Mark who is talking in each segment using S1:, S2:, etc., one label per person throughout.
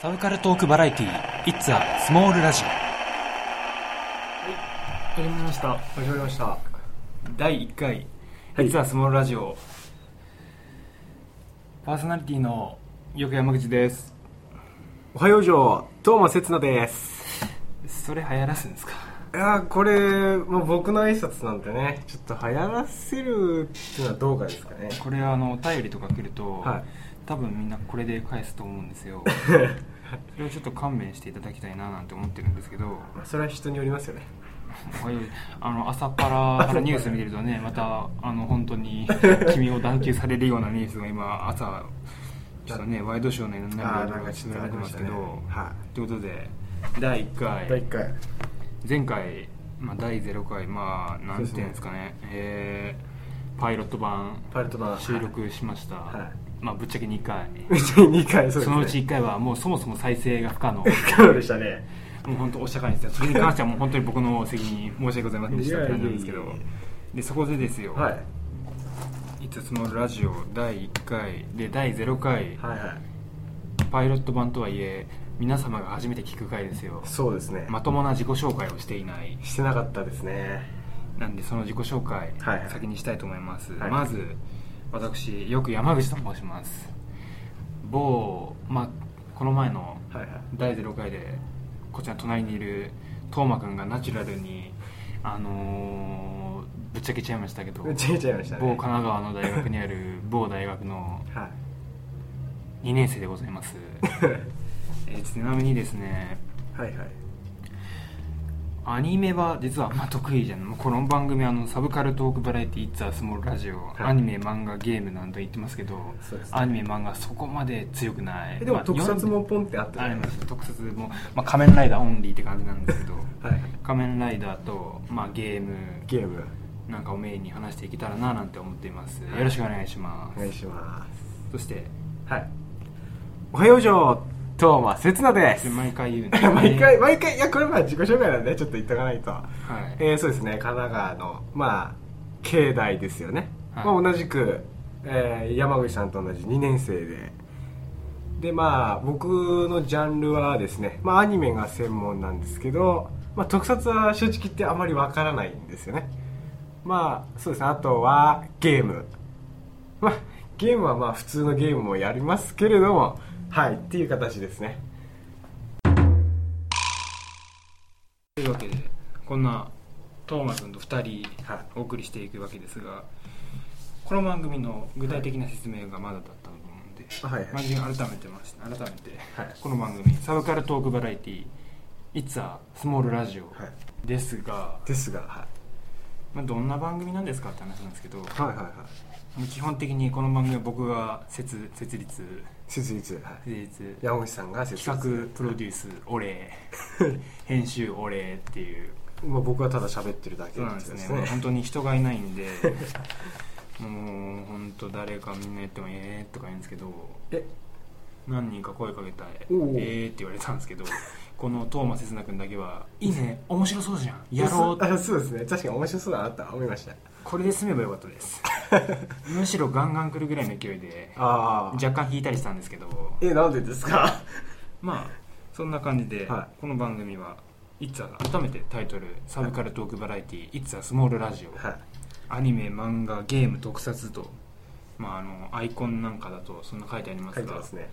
S1: サブカルトークバラエティー、It's a Small ラジ
S2: 始まりました始まりました
S1: オ第1回、
S2: い
S1: It's a Small ラジオパーソナリティの横山口です。
S2: おはようじょうトーマせつなです
S1: それ流行らすんですか
S2: いやーこれもう僕の挨拶なんてねちょっと流行らせるっていうのはどうかですかね
S1: これあの、お便りとか来ると、
S2: はい
S1: 多分みんなこれで返すと思うんです よ。それをちょっと勘弁していただきたいななんて思ってるんですけど、
S2: まあそれは人によりますよね
S1: おはようあの朝っぱらからニュース見てるとね、またあの本当 に君を断球されるようなニュースが今、朝、ちょっとね、ワイドショーのような
S2: ー
S1: 流れで流れてますけど、
S2: は
S1: ということで、第1
S2: い
S1: 回、
S2: 第1回
S1: 前回、まあ、第0回、まあ、なんていうんですかね、えーパイロット版、
S2: パイロット版
S1: 収録しました、
S2: はい
S1: まあ、ぶっちゃけ2回、
S2: うち2回 そうですね
S1: そのうち1回は、もうそもそも再生が不可能。
S2: そうでしたね
S1: もう本当おっしゃかにですよそれに関してはもう本当に僕の責任申し訳ございませんでしたって感じなんですけ
S2: いやい
S1: ど
S2: やいや
S1: でそこでですよ「
S2: はい
S1: いつもラジオ」第1回で第0回
S2: はいはい
S1: パイロット版とはいえ皆様が初めて聞く回ですよ
S2: そうですね
S1: まともな自己紹介をしていない
S2: してなかったですね
S1: なんでその自己紹介
S2: はいはい
S1: 先にしたいと思います、
S2: はい
S1: まず私よく山口と申します某まあこの前の
S2: はいはい
S1: 第0回でこちら隣にいる斗真君がナチュラルにあのーぶっちゃけちゃいましたけど
S2: 打ち切れちゃいましたね
S1: 某神奈川の大学にある某大学の
S2: はい
S1: 2年生でございますえーちなみにですね
S2: はいはい
S1: アニメは実はあんま得意じゃないもうこの番組あのサブカルトークバラエティー「It's a Small ラジオ」
S2: い
S1: アニメ漫画ゲームなんて言ってますけど
S2: そうですね
S1: アニメ漫画そこまで強くない
S2: えでも
S1: まあ
S2: 特撮
S1: 読
S2: も
S1: んで
S2: ポンってあったじ
S1: あ
S2: ゃな
S1: り
S2: い
S1: ま
S2: です
S1: す特撮も、まあ、仮面ライダーオンリーって感じなんですけど
S2: かはい
S1: 仮面ライダーと、まあ、ゲーム
S2: ゲーム
S1: なんかをメインに話していけたらななんて思っていますよろしくお願いします、
S2: お願いします
S1: そして
S2: はい。おはようじょう、トーマせつなで。
S1: です毎回言うね
S2: 毎回、毎回、いや、これまあ自己紹介なんで、ちょっと言っとかないと。
S1: はい、
S2: えー、そうですね、神奈川の、まあ、境内ですよね。
S1: はい
S2: まあ同じく、えー山口さんと同じ2年生で。で、まあ、僕のジャンルはですね、まあアニメが専門なんですけど、まあ特撮は正直言ってあまりわからないんですよね。まあ、そうですね、あとはゲーム。まあ、ゲームはまあ普通のゲームもやりますけれども、はい、っていう形ですね。
S1: というわけでこんなトーマ君と2人
S2: はい
S1: お送りしていくわけですがこの番組の具体的な説明がまだだったと思うんで、
S2: はいはい
S1: まず改めてまし改めて、
S2: はい
S1: この番組サブカルトークバラエティ「It's a Small ラジオ
S2: はい。」
S1: ですが、
S2: ですが、は
S1: まあ、どんな番組なんですかって話なんですけど
S2: い。はいはいはい。
S1: 基本的にこの番組は僕が設設立
S2: 設立。はい。
S1: 設立
S2: 山口さんが設立。
S1: 企画プロデュースお礼 編集お礼っていう
S2: まあ、僕はただ喋ってるだけ
S1: そうなん
S2: で
S1: ですす
S2: ね
S1: ねもう本当に人がいない んでもう本当誰かみんなやっても「えー」とか言うんですけど
S2: え
S1: 何人か声かけたい「え
S2: おうおう
S1: ー」って言われたんですけどこのトーマせな君だけは「いいね面白そうじゃんやろう」
S2: あそうですね確かに面白そうだなとは思いました
S1: これで済めばよかったです むしろガンガン来るぐらいの勢いで
S2: あ
S1: 若干引いたりしたんですけど
S2: えなんでですか
S1: まあそんな感じで、
S2: は
S1: この番組は「いつは改めてタイトル「サブカルトークバラエティー「いつはスモールラジオ」
S2: はい
S1: アニメ漫画ゲーム特撮と、まあ、あのアイコンなんかだとそんな書いてあります
S2: 書
S1: が
S2: いてますね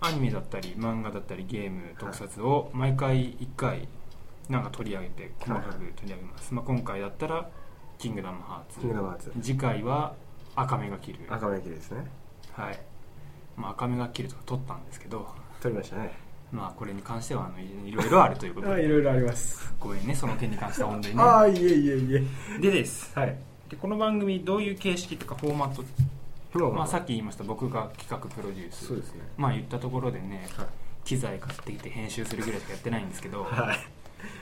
S1: アニメだったり漫画だったりゲーム特撮を毎回1回なんか取り上げて細かく取り上げます、まあ、今回だったら「キングダムハ
S2: 「キングダ
S1: ー
S2: ムハーツ
S1: ツ」次回は「赤目が切る」
S2: 赤目切りですね
S1: はい、まあ、赤目が切るとか取ったんですけど
S2: 撮りましたね
S1: まあこれに関してはあのいいろいろあるということ で
S2: ろいろあります
S1: ごめんねその件に関しては本当にね
S2: ああいえいえいえ
S1: でです
S2: はい
S1: でこの番組どういう形式とかフォーマットまあ、さっき言いました僕が企画プロデュース
S2: そうですね
S1: まあ言ったところでね、
S2: はい
S1: 機材買ってきて編集するぐらいしかやってないんですけど、
S2: はい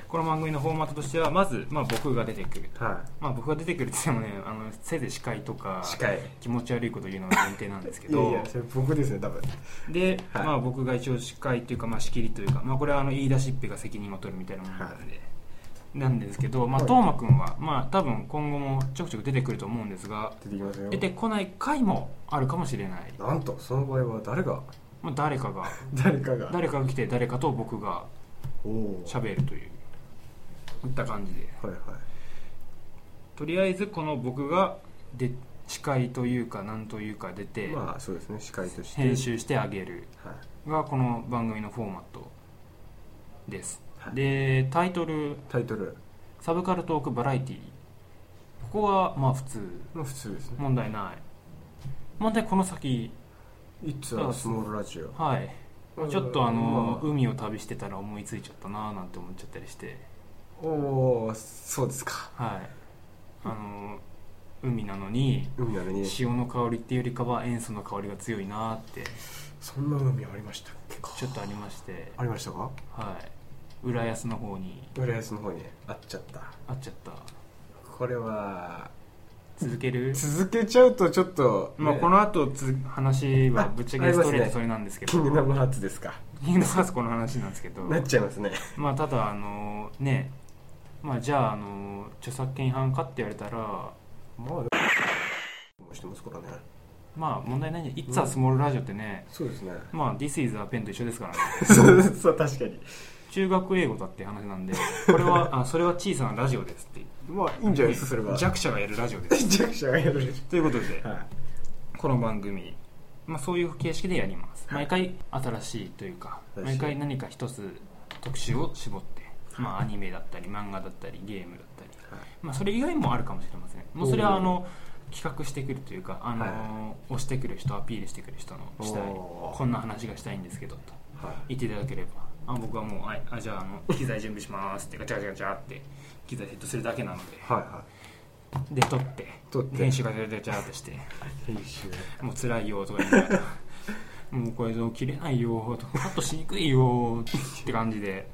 S1: この番組のフォーマットとしてはまず、まあ、僕が出てくる、
S2: は
S1: まあ、僕が出てくるって言ってもねあのせいぜい司会とか
S2: い司会
S1: 気持ち悪いこと言うのが前提なんですけ
S2: いや
S1: ど
S2: いやそれ僕ですね多分
S1: で、
S2: はい
S1: まあ、僕が一応司会というか、まあ、仕切りというか、まあ、これはあの言い出しっぺが責任を取るみたいなものなんで、なんですけど、まあ、
S2: はい
S1: 斗真君は、まあ、多分今後もちょくちょく出てくると思うんですが
S2: 出てきますよ
S1: 出てこない回もあるかもしれない
S2: なんとその場合は誰が
S1: まあ、誰かが
S2: 誰かが
S1: 誰かが来て誰かと僕が
S2: おおはい
S1: 喋るといういった感じで
S2: はい
S1: とりあえずこの僕がで司会というかなんというか出て
S2: まあそうですね司会として
S1: 編集してあげる
S2: はい
S1: がこの番組のフォーマットです、
S2: はい
S1: でタイトル
S2: タイトル
S1: 「サブカルトークバラエティー」ここはまあ普通
S2: の普通ですね
S1: 問題ない問題この先
S2: 「It's a small radio
S1: はい」ちょっとあの、
S2: まあ
S1: 海を旅してたら思いついちゃったなーなんて思っちゃったりして
S2: おおそうですか
S1: はいあの海なのに
S2: 海なのに
S1: 潮の香りっていうよりかは塩素の香りが強いなーって
S2: そんな海ありましたっけ
S1: ちょっとありまして
S2: ありましたか
S1: はい浦安の方に
S2: 浦安の方にあっちゃった
S1: あっちゃった
S2: これは
S1: 続ける
S2: 続けちゃうとちょっと、
S1: まあ、この後つ話はぶっちゃけストレートそれなんですけ
S2: キング
S1: ど
S2: ダムハーツですか
S1: キングダムハーツこの話なんですけど
S2: なっちゃいますね
S1: まあただあのねまあじゃああの著作権違反かって言われたら
S2: まあもしてますからね
S1: まあ問題ないね「It's a Small Radio」ってね
S2: そうですね
S1: まあ「This is a Pen」と一緒ですからね
S2: そう そう確かに
S1: 中学英語だって話なんでこれはあそれは小さなラジオですって
S2: まあいいんじゃないですか それは
S1: 弱者がやるラジオです
S2: 弱者がやるでし
S1: ということで
S2: ょはい
S1: この番組、まあ、そういう形式でやります
S2: は
S1: 毎
S2: い
S1: 回新しいというか
S2: 新しい
S1: 毎回何か一つ特集を絞って、まあ、アニメだったり漫画だったりゲームだったり、
S2: はい
S1: まあ、それ以外もあるかもしれませんもうそれはあの企画してくるというか、あの
S2: はい
S1: 押してくる人アピールしてくる人の下に
S2: おー
S1: こんな話がしたいんですけどと
S2: は
S1: 言
S2: い
S1: っていただければあ僕はもうああじゃああの機材準備しますってガチャガチャガチャって機材セットするだけなので、
S2: はいは
S1: で撮って
S2: 撮って
S1: 編集ガチャガチャガチャってして。
S2: い編集
S1: もう辛いよとか言いながら もうこれどう切れないよとかカットしにくいよって感じで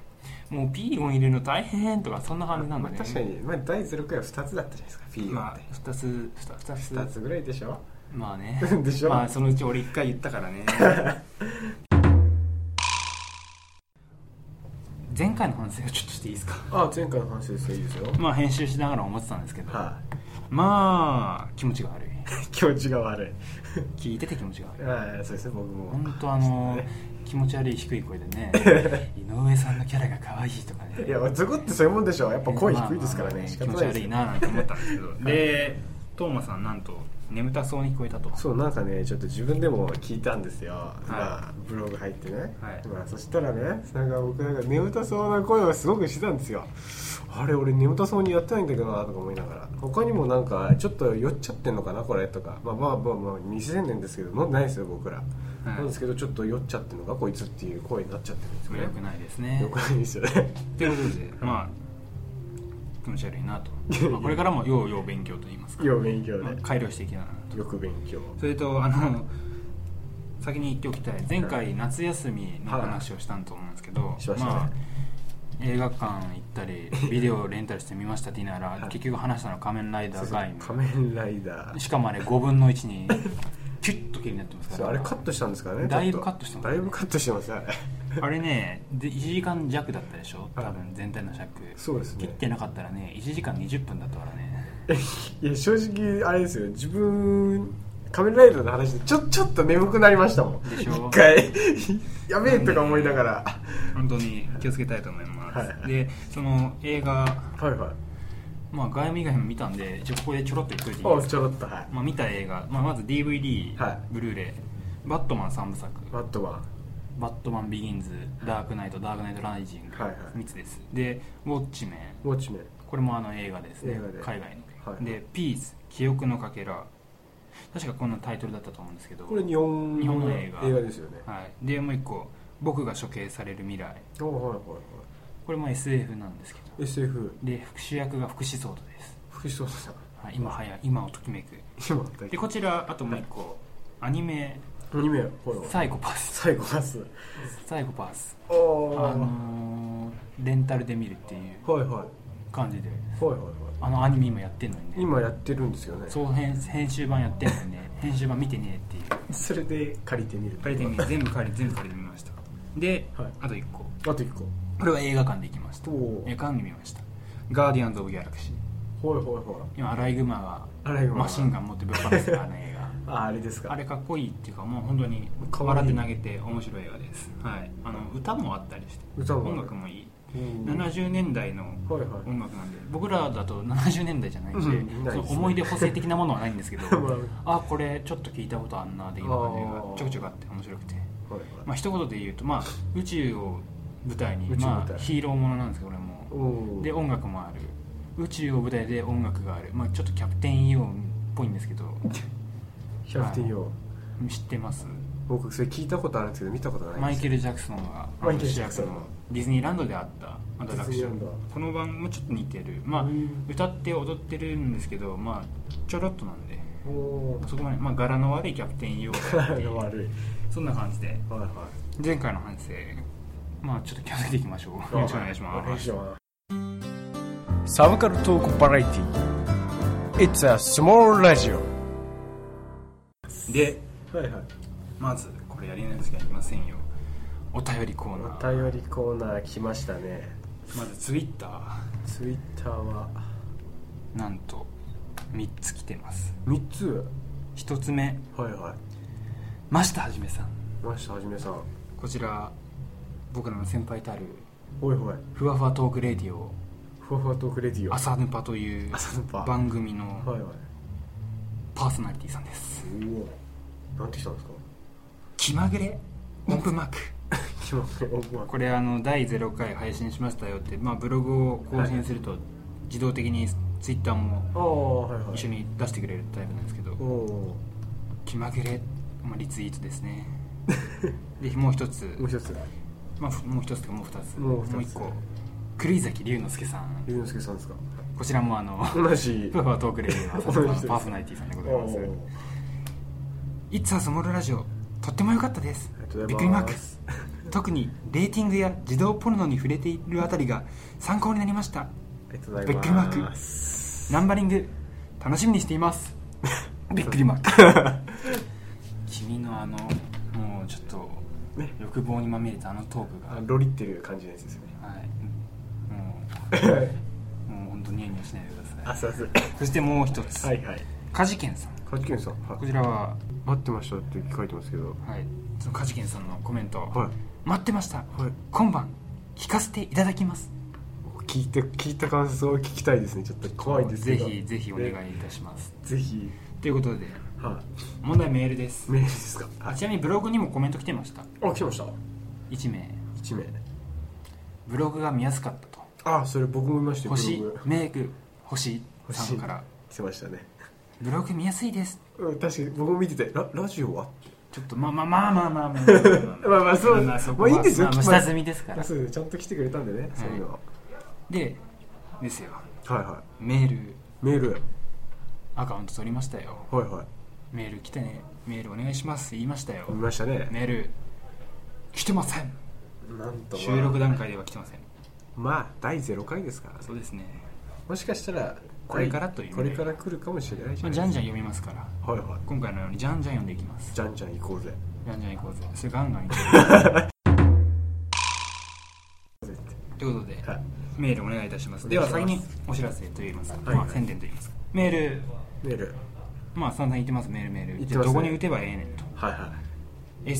S1: もうピーゴン入れるの大変とかそんな感じなんだね、
S2: まあ確かに、まあ、第0回は2つだったじゃないですか P
S1: ま
S2: は
S1: あ2つ2つ
S2: って2つぐらいでしょ
S1: まあね
S2: でしょ
S1: まあそのうち俺1回言ったから ね前回の反省をちょっとしていいですか
S2: あ前回の話ですよいいですよ
S1: まあ編集しながら思ってたんですけど、
S2: は
S1: まあ気持ちが悪い
S2: い気持ちが悪
S1: 聞いてて気持ちが悪い
S2: い はいそうですね僕も
S1: 本当あの気持ち悪い低い声で ね井上さんのキャラが可愛いとかね
S2: いや男ってそういうもんでしょやっぱ声低いですから
S1: まあま
S2: ね
S1: あ
S2: 仕
S1: 気
S2: 方
S1: 持
S2: な
S1: ち
S2: い
S1: 悪
S2: です
S1: い
S2: よ
S1: ななんて思ったんですけどでトーマさんなんと眠たそうに聞こえたと
S2: そうなんかねちょっと自分でも聞いたんですよ、
S1: い
S2: まあ、ブログ入ってね、
S1: はい
S2: まあ、そしたらねなんか僕なんか眠たそうな声をすごくしてたんですよあれ俺眠たそうにやってないんだけどなとか思いながら他にもなんかちょっと酔っちゃってんのかなこれとかまあまあまあまあ2000年ですけど飲んでないですよ僕ら、なんですけどちょっと酔っちゃってんのかこいつっていう声になっちゃってるんですよね
S1: よくないですね
S2: よくないですよね
S1: ということでまあ気持ち悪いなと、まあ、これからもようよう勉強と言いますか、
S2: よう勉強
S1: まあ
S2: で、
S1: 改良していきたいなと
S2: よく勉強
S1: それとあの先に言っておきたい前回夏休みの話をしたんと思うんですけど、
S2: いしましたね
S1: まあ映画館行った りビデオをレンタルしてみましたって言いながら、
S2: はい
S1: 結局話したのは仮面ライダーガイ
S2: 仮面ライダ ー
S1: しかもあれ5分の1にキュッと切りになってますか
S2: そう
S1: ら
S2: あれカットしたんですからね
S1: だいぶ
S2: ちょと
S1: カットしてますね
S2: だいぶカットしてますあれ
S1: あれねで1時間弱だったでしょ多
S2: は
S1: 分全体の尺
S2: そうです
S1: 切っ
S2: ね
S1: てなかったらね1時間20分だったからね
S2: いや正直あれですよ自分仮面ライダーの話でちょちょっと眠くなりましたもん
S1: でしょ
S2: 一回 やべえとか思いながら
S1: 本当に気をつけたいと思います、
S2: はい
S1: でその映画
S2: はいはい
S1: まあ外務以外も見たんで一応ここでちょろっと言っといていい
S2: お
S1: ですか
S2: ちょろっとはい
S1: まあ、見た映画、まあ、まず DVD、
S2: はい
S1: ブルーレイバットマン3部作
S2: バットマン
S1: バットマンビギンズダークナイトダークナイトライジング、
S2: はいはい
S1: 3つですでウォッチメン
S2: ウォッチメン
S1: これもあの映画ですね
S2: 映画で
S1: 海外の、
S2: はい
S1: でピース記憶のかけら確かこんなタイトルだったと思うんですけど
S2: これ日本
S1: 日本の映画
S2: 映画ですよね
S1: はい、でもう一個僕が処刑される未来
S2: おはいはいは
S1: これも SF なんですけど
S2: い SF
S1: で副主役が福士蒼太です、
S2: 福士蒼汰さん
S1: はい、今はや今をときめく
S2: 今あったっ
S1: で
S2: け
S1: こちらあともう一個、アニメ
S2: 2名ほら
S1: サイコパス
S2: サイコパス
S1: サイコパス
S2: おお
S1: あ
S2: はいは
S1: のーレンタルで見るっていう
S2: いはいはい
S1: 感じで
S2: はいはい
S1: あのアニメ今やってんのにね
S2: 今やってるんですよね
S1: そう編編集版やってんのにね 編集版見てねえっていう
S2: それで借りてみる
S1: 借りてみ全部借り全部借りてみましたで、
S2: はい
S1: あと1個
S2: あと1個
S1: これは映画館で行きました
S2: おー
S1: 映画館で見ましたガーディアンズ・オブ・ギャラクシー
S2: はいはいはい
S1: 今アライグマ
S2: アライ
S1: が
S2: グマが
S1: マシンガン持ってぶっ放すからね映画
S2: ああれですか
S1: あれかっこいいっていうかもう本当に
S2: か
S1: 変
S2: わ
S1: わ
S2: いい
S1: らず投げて面白い映画です、はい、あの歌もあったりして
S2: 歌もある
S1: 音楽もいい
S2: うん
S1: 70年代の
S2: はいはい
S1: 音楽なんで僕らだと70年代じゃないし、
S2: うんない
S1: そ
S2: ですね
S1: の思い出補正的なものはないんですけど、
S2: ま
S1: あこれちょっと聞いたことあんなで今の映
S2: あー
S1: 画ちょくちょくあって面白くて、
S2: はい
S1: まあ一言で言うと、まあ、宇宙を舞台に
S2: 宇宙を舞台
S1: まあ、ヒーローものなんですけど俺も
S2: お
S1: で音楽もある宇宙を舞台で音楽がある、まあ、ちょっとキャプテンイオンっぽいんですけ ど
S2: キャプテンよ
S1: 知ってます
S2: 僕それ聞いたことあるんですけど見たことない
S1: マイ
S2: です
S1: ケル・ジャクソンが
S2: マイケルジャクソ
S1: 主
S2: ン
S1: 役のディズニーランドであったアトラクショ
S2: ディズニーラン
S1: ンこの版もちょっと似てる、まあ
S2: うん、
S1: 歌って踊ってるんですけど、まあ、ちょろっとなんで
S2: おー
S1: そこまで、まあ、柄の悪いキャプテンイオー ガっていう
S2: 悪い
S1: そんな感じで
S2: はいはい
S1: 前回の反省まあちょっと気をつけていきましょうよろしくお願いします
S2: サブカルトークバラエティ It's a small radio
S1: で
S2: はいはい
S1: まずこれやりないですがやりませんよお便りコーナ
S2: お
S1: ー
S2: 便りコーナー来ましたね
S1: まずツイッター
S2: ツイッターは
S1: なんと3つ来てます
S2: 3つ
S1: 1つ目
S2: はいは
S1: 増田はじめさん
S2: いましたはじめさん
S1: こちら僕らの先輩たる
S2: おいおい
S1: ふわふわトークレディオ
S2: ふわふわトークレディオ
S1: 朝ヌパという
S2: 朝のパー
S1: 番組
S2: は
S1: の
S2: いはい
S1: パーソナリティさんです
S2: おおなんて来た んですか
S1: 気まぐれオープンマーク
S2: 気まぐれオープンワーク
S1: これあの第0回配信しましたよって、まあ、ブログを更新すると自動的にツイッターも
S2: ああはいはい
S1: 一緒に出してくれるタイプなんですけど
S2: おお
S1: 気まぐれ、まあ、リツイートです ねでもう一つ、
S2: もう一つ
S1: まあ、ふもう一つとかもう二つ
S2: もう二つ
S1: 一個狂崎龍之介さん
S2: 龍之介さんですか
S1: こちらもあの
S2: 同じ
S1: ふわふわトークレディの朝の
S2: 同じです
S1: パーソナリティさんでござい
S2: お
S1: ます
S2: ー
S1: 「いつはスモールラジオ」とっても良かったです
S2: ありがとう
S1: びっく
S2: ござ
S1: り
S2: い
S1: マー
S2: ま
S1: ク
S2: す
S1: 特にレーティングや自動ポルノに触れているあたりが参考になりました
S2: ありがとうございます
S1: びっくりマークナンバリング楽しみにしています びっくりマーク 君のあのもうちょっと
S2: ね
S1: 欲望にまみれたあのトークが、
S2: あ
S1: は
S2: ロリってる感じのやつですよね
S1: い、もうもう本当にニヤニヤしないでください
S2: そうそう
S1: そしてもう一つ、
S2: はいはい
S1: カジケンさん
S2: カジキンさんは
S1: こちらは、
S2: 待ってましたって書いてますけど
S1: はい、そのカジケンさんのコメント、
S2: はい
S1: 待ってました、
S2: はい
S1: 今晩聞かせていただきます
S2: 聞いて聞いた感想を聞きたいですねちょっと怖いんですけど
S1: ぜひぜひお願い
S2: ね
S1: いたします
S2: ぜひ
S1: ということで
S2: は
S1: 問題メールです
S2: いメールですか
S1: あちなみにブログにもコメント来てました
S2: あ来てました
S1: 1名
S2: 1名
S1: ブログが見やすかったと
S2: あそれ僕も見ましたよ
S1: 星
S2: ブログ
S1: メイク星さんから
S2: 来てましたね
S1: ブログ見やすいです
S2: うん確かに僕も見ててララジオは
S1: ちょっとまあまあまあまあまあまあまあまあ
S2: まあまあそう
S1: まあそこ
S2: まあ
S1: はい
S2: いんですよ
S1: まあまあ
S2: まあ
S1: 下積みですから
S2: そうですちゃんと来てくれたんでねそういうのは
S1: でですよ
S2: はいは
S1: メール
S2: いメール
S1: アカウント取りましたよ
S2: はいは
S1: メール来てねメールお願いします言いましたよ
S2: い見ましたね
S1: メール来てません
S2: なんとまあ
S1: 収録段階では来てません
S2: まあ第0回ですから
S1: そうですね
S2: もしかしたら
S1: これからという
S2: これから来るかもしれないじ
S1: まあ
S2: ゃん
S1: じゃんじゃん読みますから
S2: はいはい
S1: 今回のようにじゃんじゃん読んでいきます
S2: じゃんじゃん行こうぜ
S1: じゃんじゃん行こうぜそれガンガン行こ
S2: 絶
S1: うということで
S2: 対はい
S1: メールお願いいたしますでは先にお知らせといいますか、
S2: はい
S1: まあ、宣伝といいますかメール
S2: メール
S1: まあ散々言ってますメールメール、
S2: 言って
S1: じゃ
S2: ま
S1: あ
S2: すね
S1: どこに打てばええねんと
S2: はいはい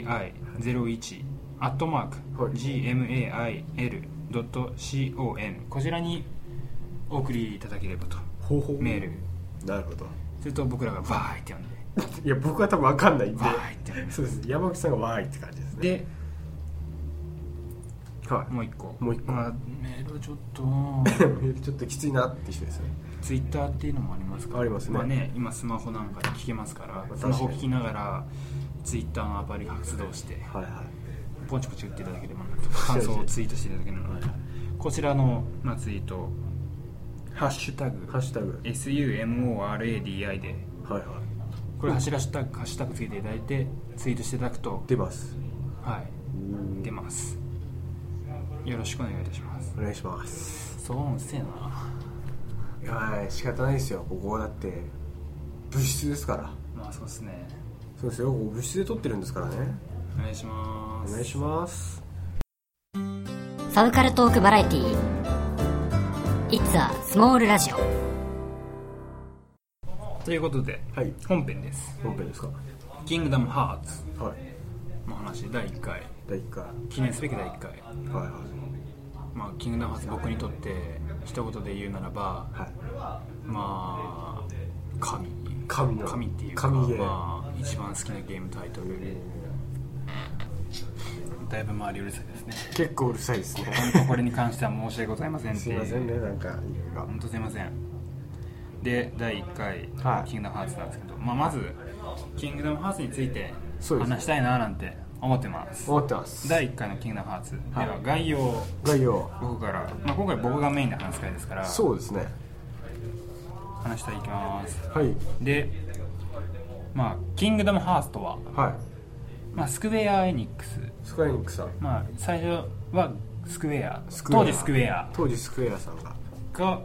S1: sumoradi01 アットマーク
S2: はい
S1: gmail.com こちらにお送りいただければと
S2: 方法
S1: メール
S2: なるほど
S1: すると僕らがバーイって呼んで
S2: いや僕は多分わかんないんで
S1: わーいってね
S2: そうです山口さんがわーいって感じですね
S1: で
S2: は
S1: もう一個
S2: もう一個
S1: まあ、メールちょっと
S2: メールちょっときついなって人ですね
S1: ツイッターっていうのもありますから
S2: ありますね
S1: あ、ね今スマホなんかで聞けますから
S2: あ
S1: スマホ
S2: 確かに
S1: 聞きながらツイッターのアプリ発動して
S2: はいはい
S1: ポチポチ打っていただければなと感想をツイートしていただければなとこちらの、まあ、ツイート「ハッシュタグ
S2: ハッシュタグ
S1: #SUMORADI」で
S2: はいはい
S1: これ柱ハッシュタグハッシュタグつけていただいてツイートしていただくと、
S2: 出ます
S1: はい、出ますよろしくお願いいたします
S2: お願いします
S1: そううせえない
S2: やー仕方ないですよここだって物質ですから
S1: まあそうですね
S2: そうですよここ物質で撮ってるんですからね
S1: お願いしま
S2: お
S1: す
S2: 願いします
S3: サブカルトークバラエティー It's a small radio
S1: ということで、
S2: はい
S1: 本編です
S2: 本編ですか
S1: 「キングダムハーツ
S2: はい」
S1: の話第1回
S2: 第1回は
S1: 記念すべき第1回
S2: いはい
S1: まあキングダムハーツ僕にとって一言で言うならば
S2: はい
S1: まあ神
S2: 神の
S1: 神っていうか
S2: 神ゲー
S1: まあ、一番好きなゲームタイト ルだいぶ周りうるさいですね
S2: 結構うるさいですね
S1: これに関しては申し訳ございませんって
S2: す
S1: い
S2: いうませんねなんかいろいろ
S1: 本当すいませんで第1回、
S2: はい
S1: キングダムハーツ」なんですけど、まあ、まず「キングダムハーツ」について
S2: そうですね
S1: 話したいななんて思ってます
S2: 思ってます
S1: 第1回の「キングダムハーツ」で
S2: はい
S1: は概要を
S2: 概要
S1: 僕から、まあ、今回僕がメインで話す回ですから
S2: そうですね
S1: 話していきます
S2: はい
S1: でまあ「キングダムハーツ」とは、
S2: はい
S1: まあ、スクウェア・エニックス、
S2: スクエアエニックスさん
S1: まあ、最初はスクウェア
S2: スクエ
S1: 当
S2: ア
S1: 時スクウェア
S2: 当時スクエアさんが
S1: が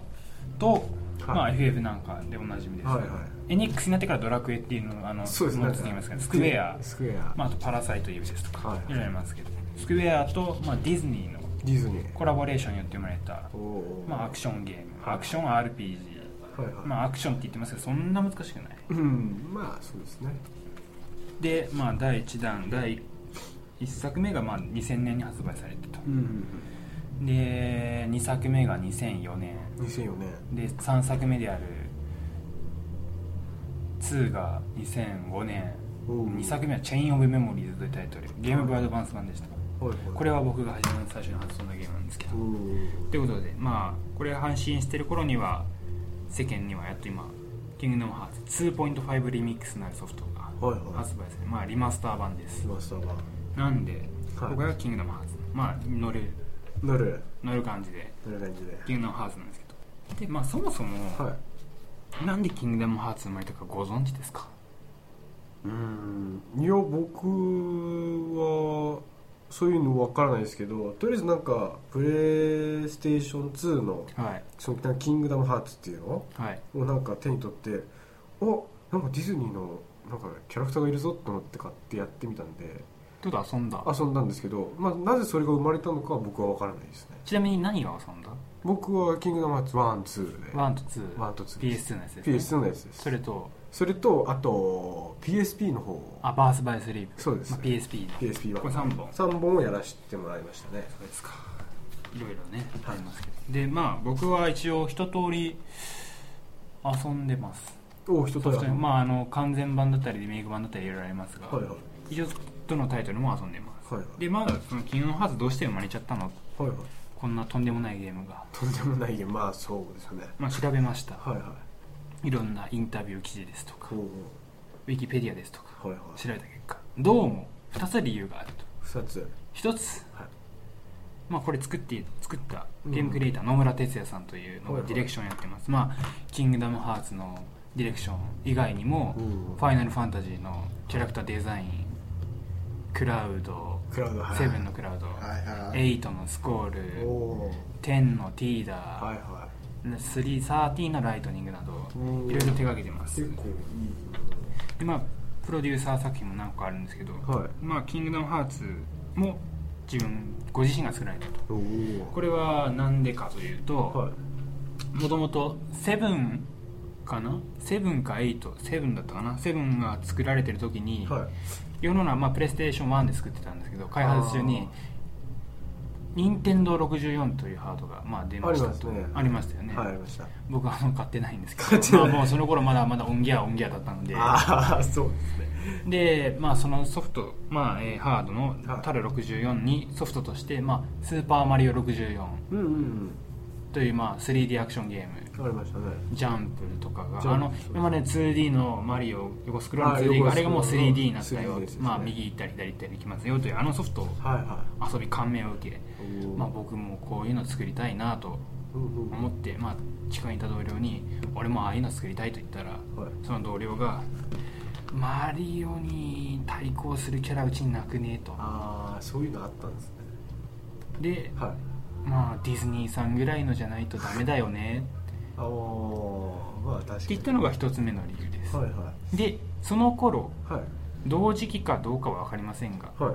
S1: と、
S2: はい
S1: まあ、FF なんかでおなじみです、
S2: はいはい
S1: エニックスになってからドラクエっていうのがあの
S2: そうです
S1: も
S2: ね
S1: う一つ言いますけどスクウェア、
S2: スクエア、
S1: まあ、あとパラサイトイブですとか、
S2: はい
S1: い、ろいろありますけどスクウェアと、まあ、ディズニーの
S2: ディズニー
S1: コラボレーションによって生まれた
S2: お、おー
S1: まあ、アクションゲームアクション RPG、
S2: はいはい、
S1: まあ、アクションって言ってますけどそんな難しくない
S2: うんまあそうですね
S1: で、まあ、第1弾第1作目がまあ2000年に発売されてと
S2: うん
S1: で2作目が2004年
S2: 2004年
S1: で3作目である2が2005年
S2: おう
S1: 2作目は「チェイン・オブ・メモリーズ」というタイトルゲームブアドバンス版でした
S2: はいはい
S1: これは僕が初めの最初に発想のゲームなんですけど
S2: おー
S1: ということでまあこれ配信してる頃には世間にはやっと今「キングダムハーツ2.5リミックス」なるソフトが
S2: はいはい
S1: 発売されまあリマスター版で
S2: し
S1: す
S2: ましたが
S1: なんで
S2: はい
S1: 僕は「キングダムハーツ」まあ乗る
S2: なる
S1: 乗る感じで
S2: なる感じ
S1: 「
S2: で
S1: キングダムハーツ」なんですけどでまあそもそも、
S2: はい
S1: なんで「キングダムハーツ」生まれたかご存知ですか
S2: うんいや僕はそういうの分からないですけどとりあえずなんかプレイステーション2の
S1: はい
S2: そのキングダムハーツっていうの
S1: はい
S2: をなんか手に取っておなんかディズニーのなんかキャラクターがいるぞと思って買ってやってみたんで
S1: ちょっと遊んだ
S2: 遊んだんですけど、まあ、なぜそれが生まれたのかは僕は分からないですね
S1: ちなみに何が遊んだ
S2: 僕は「キングダムハーツ1」2で
S1: 1と2
S2: 1と2
S1: PS2 のやつです、ね、
S2: PS2 のやつです
S1: それと
S2: それとあと PSP の方
S1: あバースバイスリープ
S2: そうです
S1: まあ、PSP の
S2: PSP は
S1: これ3本そ
S2: 3本をやらせてもらいましたね
S1: うですかいろいろね
S2: は
S1: あ
S2: い
S1: りますけどでまあ僕は一応一通り遊んでます
S2: おお一つ
S1: ソフトに
S2: は
S1: まああの完全版だったりリメイク版だったりいろいろありますが、
S2: はいはい
S1: 一応どのタイトルも遊んでます、
S2: はいはい
S1: でまあその「キングハーツ」どうして生まれちゃったの
S2: はいはい
S1: こんなとんでもないゲームが
S2: とんでもないゲームまあそうですよね
S1: まあ、調べました、
S2: はいはい
S1: い、ろんなインタビュー記事ですとか
S2: お
S1: ウィキペディアですとか
S2: おはいはい
S1: 調べた結果どうも2つ理由があると
S2: 2つ
S1: 1つ、
S2: はい
S1: まあ、これ作って作ったゲームクリエイター野村哲也さんというのが
S2: はいは
S1: デ
S2: い
S1: ィレクションやってます、まあ「キングダムハーツ」のディレクション以外にも
S2: う
S1: 「
S2: ん
S1: ファイナルファンタジー」のキャラクターデザインクラウド
S2: クラウドはい
S1: セブンのクラウド、
S2: はいはい
S1: エイトのスコー
S2: お
S1: ル
S2: お
S1: 10のティーダー、
S2: はいは
S1: 313のライトニングなど
S2: うん
S1: いろいろ手掛けてま
S2: い
S1: す
S2: 結構い
S1: でまあプロデューサー作品も何個かあるんですけど、
S2: はい
S1: まあキングダムハーツも自分ご自身が作られたと
S2: いおお
S1: これはなんでかというと
S2: はい
S1: もともとセブンかなセブンかエイトセブンだったかなセブンが作られてる時に、
S2: はい
S1: 世の中、まあ、プレイステーション1で作ってたんですけど開発中に
S2: あ
S1: 任天堂64というハードが、まあ、出ましたと
S2: あります
S1: ありまし
S2: ね
S1: たよね、
S2: はいありました
S1: 僕はあの買ってないんです
S2: 買って
S1: け
S2: な
S1: ど、
S2: い
S1: まあ、もうその頃まだまだオンギャーオンギャーだったので
S2: ああそうですね
S1: で、まあ、そのソフト、まあえーハードのタル64にソフトとして、まあ、スーパーマリオ64
S2: うんうん
S1: という、まあ、3D アクションゲーム
S2: うんありましたね
S1: ジャンプとかが
S2: ジャンプ
S1: あの今まで 2D のマリオ横スクロールの 2D
S2: あ
S1: が
S2: 横スクロール
S1: あれがもう 3D になったよ、
S2: 3D ですね
S1: まあ、右行ったり左行ったりできますよというあのソフトを
S2: はいは
S1: 遊び感銘を受け、
S2: いおお
S1: まあ、僕もこういうの作りたいなと
S2: うんうん
S1: 思って、まあ、近くにいた同僚に俺もああいうの作りたいと言ったら、
S2: はい
S1: その同僚が「マリオに対抗するキャラうちになくねえ」と
S2: ああそういうのあったんですね
S1: で、
S2: はい
S1: まあディズニーさんぐらいのじゃないとダメだよね
S2: ああまあ確かに
S1: って言ったのが一つ目の理由です、
S2: はいは
S1: でその頃
S2: いはい
S1: 同時期かどうかは分かりませんが
S2: は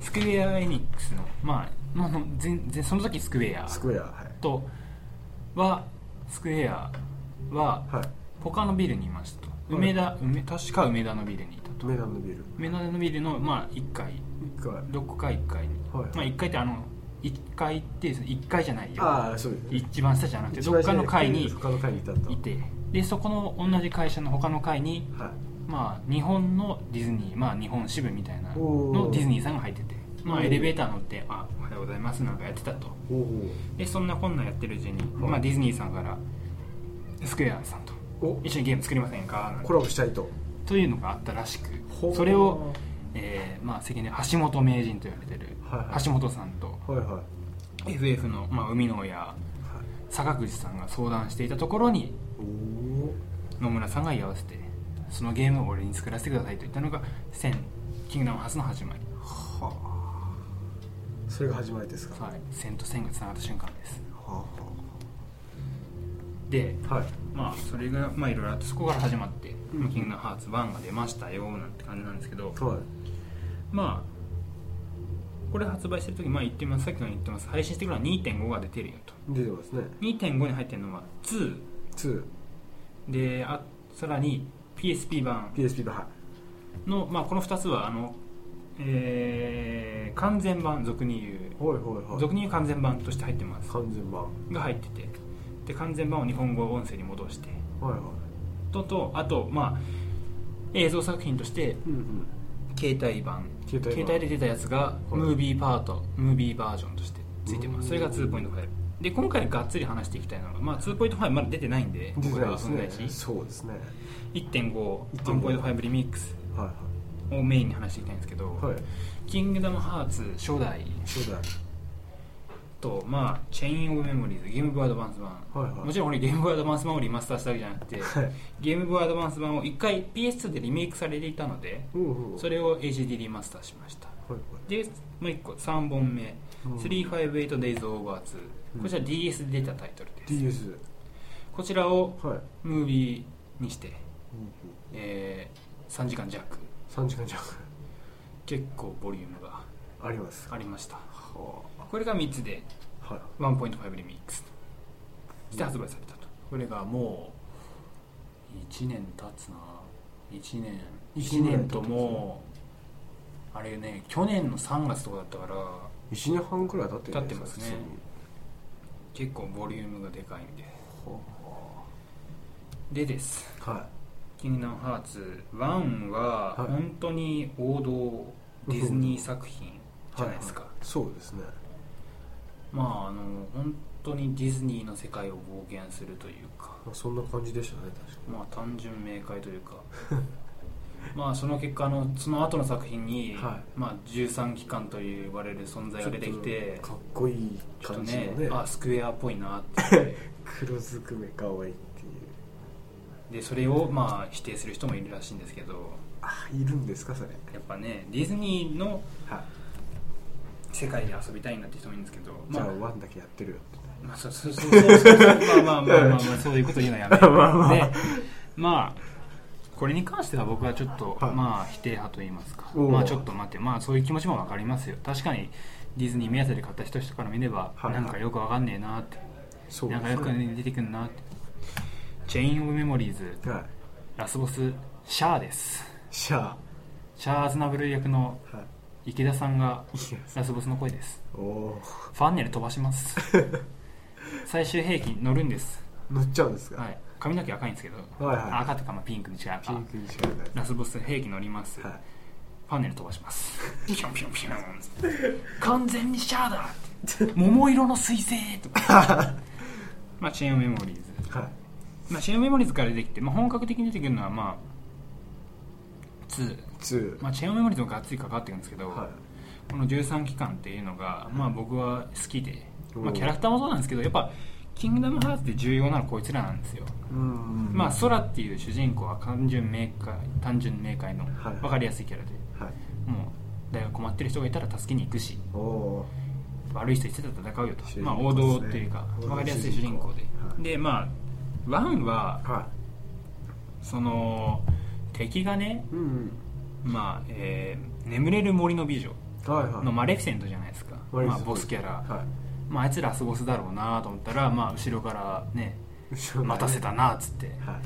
S1: スクウェア・エニックスのまあまああの全然その時スクウェア
S2: いスクエアはい
S1: とはスクウェアは
S2: はい
S1: 他のビルにいましたと梅田梅確か梅田のビルにいたと
S2: 梅田のビル
S1: 梅田のビルの、まあ、1階
S2: 一回
S1: どこか1階に、
S2: はい
S1: まあ、1階ってあの1階ってです、ね、1階じゃないよ
S2: ああそうですね
S1: 一番下じゃなくてどっかの階に
S2: 他の階にいたと
S1: いてでそこの同じ会社の他の階に、
S2: はい
S1: まあ、日本のディズニー、まあ、日本支部みたいな
S2: おー
S1: のディズニーさんが入ってて、ま
S2: お
S1: あ、
S2: ー
S1: エレベーター乗って「あおはようございます」なんかやってたと
S2: おー
S1: でそんなこんなんやってるうちに、
S2: はい
S1: まあ、ディズニーさんからスクエアさんと
S2: お
S1: 一緒にゲーム作りませんかなんて
S2: コラボしたいと
S1: というのがあったらし
S2: ほう
S1: くそれを、えーまあ、関根橋本名人と言われてる
S2: はいはい
S1: 橋本さんと
S2: はいはいは
S1: FF の、まあ、海の親坂口さんが相談していたところに
S2: いおお
S1: 野村さんが居合わせてそのゲームを俺に作らせてくださいと言ったのが「千キングダム初の始まり」
S2: それが始まりですか
S1: はい「千と千がつながった瞬間」です
S2: は
S1: で
S2: あはい
S1: まあそれがまあいろいろあってそこから始まって「キングダムハーツ1」が出ましたよなんて感じなんですけど
S2: はい
S1: まあこれ発売してる時まあ言ってますさっきの言ってます配信してくるのは2.5が出てるよと
S2: 出てますね
S1: 2.5に入ってるのは2
S2: 2PSP
S1: であさらに PSP 版
S2: のはい
S1: の、まあ、この2つはあの、えー完全版俗に言う
S2: はいはいはい
S1: 俗に言う完全版として入ってます
S2: 完全版は
S1: が入っててで完全版を日本語音声に戻して
S2: いはい
S1: ととあとまあ映像作品として
S2: うんうん
S1: 携帯版
S2: 携帯版
S1: で出たやつが
S2: い
S1: ムービーパートムービーバージョンとしてついてますそれが2.5で今回がっつり話していきたいのが、まあ、2.5まだ出てないんで
S2: 出
S1: 僕
S2: てな
S1: ら
S2: い
S1: は
S2: です
S1: 存在し
S2: ねそうですね
S1: 1.5
S2: 1.5
S1: 1.5リミックス
S2: は
S1: をメインに話していきたいんですけど、
S2: いはいはい
S1: キングダムハーツ初代
S2: そうだ
S1: と、まあ、チェイン・オブ・メモリーズ、ゲームボーイ・アドバンス版、
S2: はいはい
S1: もちろん俺、ゲームボーイ・アドバンス版をリマスターしたわけじゃなく て、
S2: はい
S1: ゲームボーイ・アドバンス版を1回 PS2 でリメイクされていたので、
S2: うんうん
S1: そ
S2: れ
S1: れを HD リマスターしました。
S2: はい
S1: で、もう1個、3本目、
S2: うん
S1: 358daysOver2、こちら DS で出たタイトルです。
S2: DS
S1: こちらを
S2: はい
S1: ムービーにして、え3時間弱、
S2: 3時間弱
S1: 結構ボリュームが
S2: あります
S1: ありました。
S2: は
S1: これが3つで
S2: あはい
S1: 1.5リミックスとして発売されたとこれがもう1年経つな1年
S2: 一
S1: 1
S2: 年
S1: 年ともうあれね去年の3月とかだったから
S2: 1年半くらい経ってるん
S1: 経
S2: じ
S1: って
S2: ゃない
S1: ます
S2: で
S1: ね
S2: か
S1: 結構ボリュームがでかいんででです
S2: 普通には
S1: 「キングダムハーツ1」は
S2: はい
S1: 本当に王道ディズニー作品
S2: い
S1: じゃないですか、
S2: はそうですね
S1: まああの本当にディズニーの世界を冒険するというか
S2: まあそんな感じでしたね確か
S1: まあ単純明快というか まあその結果あのその後の作品に、
S2: はい
S1: まあ、13機関と呼ばれる存在が出てきて
S2: かっこいい
S1: ちょっと
S2: 感じの
S1: ね
S2: ね
S1: あスクエアっぽいなって いう
S2: 黒ずくめかわいいっていう
S1: でそれをまあ否定する人もいるらしいんですけど
S2: あいるんですかそれ
S1: やっぱねディズニーの
S2: はい
S1: 世界で遊びたいなって人もいるんですけど
S2: じ
S1: ま
S2: ゃあ
S1: あ
S2: ワンだけやってるよ
S1: まあそう そうそうそうそうまあまあまあまあまあそういうこと言うのはやめよう
S2: まあまあ
S1: でまあこれに関しては僕はちょっと、
S2: はい
S1: まあ否定派と言いますか
S2: おう
S1: まあちょっと待ってまあそういう気持ちもわかりますよ確かにディズニー目当てで買った人から見れば、
S2: はい
S1: なんかよくわかんねえなって、
S2: そうで
S1: な
S2: す
S1: ん
S2: ね
S1: かよく、出てくるなってチェイン・オブ・メモリーズ
S2: はい
S1: ラスボスシャアです
S2: シャアは
S1: シャア・アズナブル役の池田さんが
S2: いいや
S1: ラスボスの声です
S2: おお
S1: ファンネル飛ばします 最終兵器乗るんです
S2: 乗っちゃうんですか、
S1: はい、髪の毛赤いんですけど、
S2: はいはい
S1: 赤とかまあピンクに違う
S2: ピ
S1: か
S2: ンクにしかない
S1: ラスボス兵器乗ります、
S2: はい
S1: パネル飛ばします ピョンピョンピョン完全にシャアだ って桃色の彗星とかまあチェーンオブメモリーズ、
S2: はい
S1: まあ、チェーンオブメモリーズから出てきて、まあ、本格的に出てくるのはまあ2、
S2: 2
S1: まあ、チェーンオブメモリーズもがっつり関わってくるんですけど、
S2: は
S1: この13期間っていうのが、まあ、僕は好きで、ま
S2: おー
S1: あ、キャラクターもそうなんですけどやっぱキングダムハーツで重要なのはこいつらなんですよ
S2: いうん
S1: まあ、空っていう主人公は単純明快単純明快の
S2: はい
S1: 分かりやすいキャラで、
S2: はい
S1: もう誰が困ってる人がいたら助けに行くし
S2: おお
S1: 悪い人いつだったら戦うよ
S2: 主人公で
S1: と、
S2: すね
S1: まあ、王道っていうか
S2: 王道
S1: 分かりやすい主人公で
S2: 主人公はい
S1: でまあワンは
S2: は
S1: その敵がね、
S2: いうん
S1: まあえー眠れる森の美女
S2: はいはい
S1: のマレフィセントじゃないですか、
S2: マレフ
S1: ま
S2: ィセ
S1: あ、
S2: ント
S1: ボスキャラ、
S2: は
S1: まあ、あいつラスボスだろうなと思ったら、まあ、後ろからね
S2: い後ろ
S1: 待たせたなっつって
S2: はい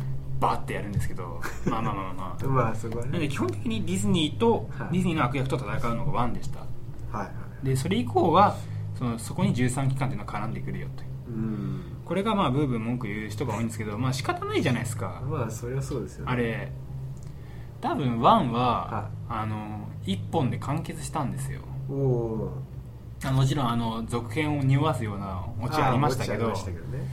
S1: バーってやるんですけどまあまあまあまあまあ
S2: まあそこは
S1: なんで
S2: ね
S1: 基本的にディズニーと、
S2: はい
S1: ディズニーの悪役と戦うのが1でした
S2: はいはい
S1: でそれ以降はそのそこに13機関っていうのが絡んでくるよという
S2: うん
S1: これがまあブーブー文句言う人が多いんですけどまあ仕方ないじゃないですか
S2: まあそりゃそうですよね
S1: あれ多分1は、あの1本で完結したんですよ
S2: おお
S1: あもちろんあの続編を匂わすようなオチはありましたけど
S2: ありましたけどね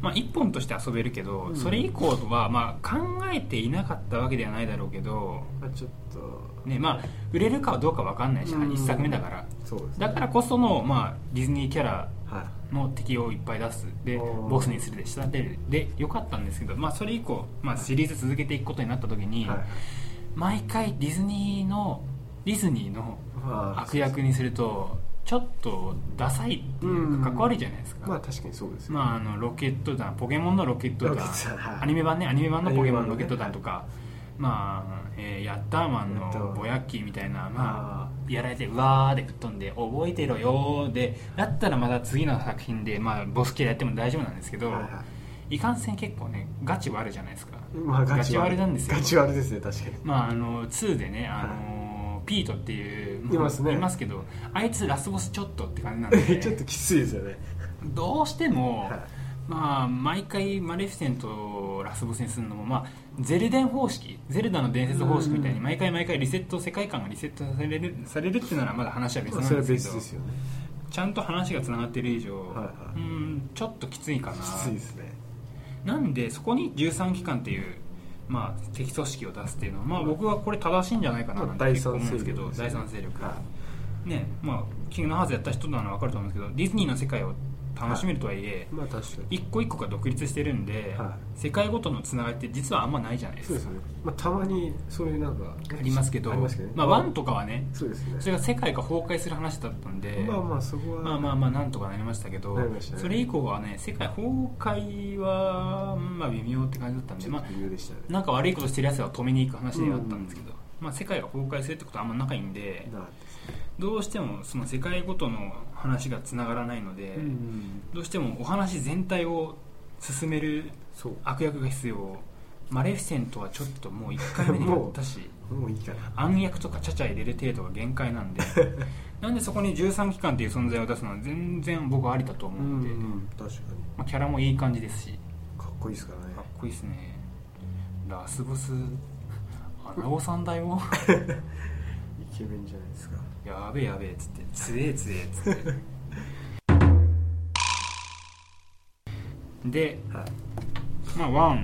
S1: まあ、1本として遊べるけど、
S2: うん
S1: それ以降は、まあ、考えていなかったわけではないだろうけど、
S2: まあちょっと
S1: ねまあ、売れるかどうか分かんないし、
S2: うん
S1: 1作目だから
S2: そうですね
S1: だからこその、まあ、ディズニーキャラ
S2: はい
S1: の敵をいっぱい出すで
S2: おー
S1: ボスにするで仕立てるでよかったんですけど、まあ、それ以降、まあ、シリーズ続けていくことになった時に、
S2: はい
S1: 毎回ディズニーのディズニーの
S2: まあ
S1: 悪役にするとちょっとダサいっていう
S2: うん
S1: かかっこ悪いじゃないですか、
S2: まあ確かにそうですよ、
S1: まあ、あのロケット弾ポケモンのロケット弾
S2: ロケット弾
S1: アニメ版ねアニメ版のポケモンのロケット
S2: ア
S1: 弾
S2: ニ
S1: とか、まあ、えーヤッターマン
S2: ヤッターマ
S1: の
S2: ン
S1: ボヤッキーみたいな、まあ、やられてうわーで吹っ飛んで覚えてろよーでだったらまた次の作品で、まあ、ボスキャラやっても大丈夫なんですけど、
S2: はい
S1: い
S2: はい
S1: かんせん結構ねガチ悪いじゃないですか、
S2: まあガチ
S1: ガチ割れなんですよ
S2: ガチ割れですね確かに
S1: まあ、あの2でねあの、ピートっていう
S2: いますね
S1: いますけどあいつラスボスちょっとって感じなん
S2: ちょっ
S1: で
S2: ときついですよね
S1: どうしても、
S2: はい
S1: まあ、毎回マレフィセントをラスボスにするのも、まあ、ゼルデン方式ゼルダの伝説方式みたいに
S2: うん
S1: 毎回毎回リセット世界観がリセットされるされるっていうならまだ話は別
S2: まあ
S1: な
S2: それ
S1: ん
S2: は
S1: です
S2: 別
S1: け
S2: で
S1: ど
S2: すよね
S1: ちゃんと話がつながってる以上、
S2: はいは
S1: う
S2: い
S1: んちょっときついかな
S2: きついですね
S1: なんでそこに13機関っていう、まあ、敵組織を出すっていうのは、まあ、僕はこれ正しいんじゃないかな
S2: ま
S1: な
S2: あ
S1: んて結構思うんですけど
S2: 第
S1: 第
S2: 三
S1: 三
S2: 勢
S1: 勢
S2: 力ですね
S1: 力、ねまあ、キングのハーツやった人なら分かると思うんですけどディズニーの世界を楽しめるとはいえ、
S2: まあ確かに
S1: 一個一個が独立してるんで、
S2: は
S1: 世界ごとのつながりって実はあんまないじゃないで
S2: そう
S1: す
S2: です
S1: か
S2: よね、まあ、たまにそういうなんか
S1: ありますけど
S2: ありますけどね
S1: まあ、ワンとかはね
S2: そうですね
S1: それが世界が崩壊する話だったんで、
S2: まあまあそこは
S1: まあまあまあなんとかなりましたけど
S2: なりましたね
S1: それ以降はね世界崩壊はまあ微妙って感じだったんで、
S2: ちょ
S1: ま
S2: っと
S1: あ、
S2: 理由でしたね、
S1: なんか悪いことしてるやつは止めに行く話だったんですけど、まあ、世界が崩壊するってことはあんま仲いいんで
S2: なかったですね
S1: どうしてもその世界ごとの話がつながらないので、
S2: うん
S1: どうしてもお話全体を進める
S2: そう
S1: 悪役が必要マレフィセントはちょっともう1回目でやったし
S2: もういいかな
S1: 暗躍とかちゃちゃ入れる程度が限界なん でなんでそこに13機関っていう存在を出すのは全然僕はありだと思
S2: う
S1: うんで、
S2: ん確かに
S1: まあ、キャラもいい感じですし
S2: かっこいいですからね
S1: かっこいいですねラスボスアラオさんだ よ
S2: イケメンじゃないですか
S1: やべえやべえっつってつえつえっつって で
S2: はい
S1: まあ、ワン、ま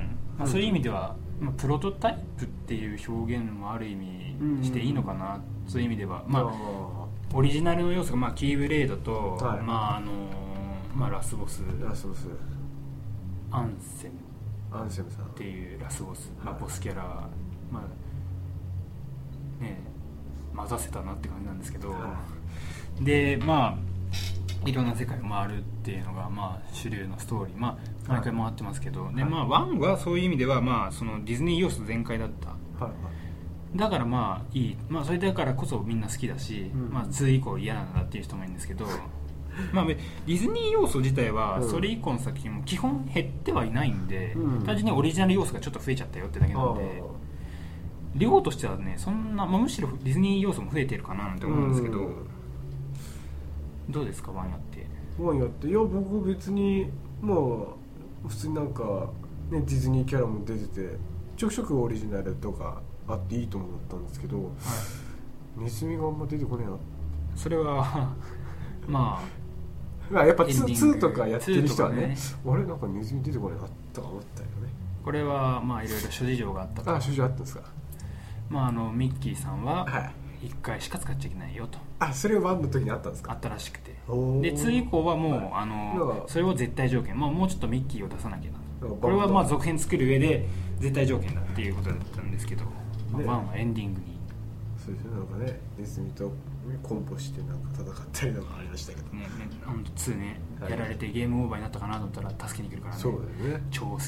S1: あ
S2: うん
S1: そういう意味では、まあ、プロトタイプっていう表現もある意
S2: うん
S1: 味していいのかな、そういう意味では、ま
S2: あ
S1: あ、オリジナルの要素が、まあ、キーブレードと、
S2: はい
S1: まああのーまあ、ラスボス
S2: ラスボス
S1: アンセム
S2: アンセムさん
S1: っていうラスボス、まあ、
S2: はい
S1: ボスキャラ、まあねえ混ざせたなって感じなんですけど、
S2: は
S1: でまあいろんな世界を回るっていうのが、まあ、主流のストーリー、まあ、
S2: は
S1: 毎
S2: い
S1: 回回ってますけど、で
S2: はい
S1: まあ、1はそういう意味では、まあ、そのディズニー要素全開だった
S2: はい
S1: だからまあいい、まあ、それだからこそみんな好きだし、
S2: うん
S1: まあ、2以降嫌なんだっていう人もいるんですけどまあディズニー要素自体は
S2: うん
S1: それ以降の作品も基本減ってはいないんで、
S2: うん
S1: 単純にオリジナル要素がちょっと増えちゃったよってだけなので量としてはねそんな、まあ、むしろディズニー要素も増えてるかななんて思うんですけど、どうですかワンやって
S2: ワンやっていや僕別にまあ普通になんか、ね、ディズニーキャラも出ててちょくちょくオリジナルとかあっていいと思ったんですけど、ネズミがあんま出てこね
S1: それは ま
S2: えなあやっぱ
S1: エンディング
S2: 2, とかやってる人はね
S1: ツ
S2: あれなんかネズミ出てこねえなとか思ったよね
S1: あこれはまあいろいろ諸事情があったと
S2: あ所長あったんですか
S1: まあ、あのミッキーさん
S2: は
S1: はい1回しか使っちゃいけないよと
S2: あそれワンの時にあったんです
S1: あ
S2: か
S1: ったらしくて
S2: おー
S1: で2以降はもう、
S2: はい
S1: あ
S2: なん
S1: の
S2: か
S1: それを絶対条件、まあ、もうちょっとミッキーを出さなきゃ
S2: なん
S1: な
S2: か
S1: これはまあ
S2: バンド
S1: 続編作る上で絶対条件だっていうことだったんですけど、まあ、
S2: ね
S1: ワンはエンディングに、
S2: そうですねなんかねネズミとコンボしてなんか戦ったりとかありましたけど、
S1: ねね、ほんと2ね、
S2: はい
S1: やられてゲームオーバーになったかなと思ったら助けに来るからね
S2: そうだよね
S1: 超好き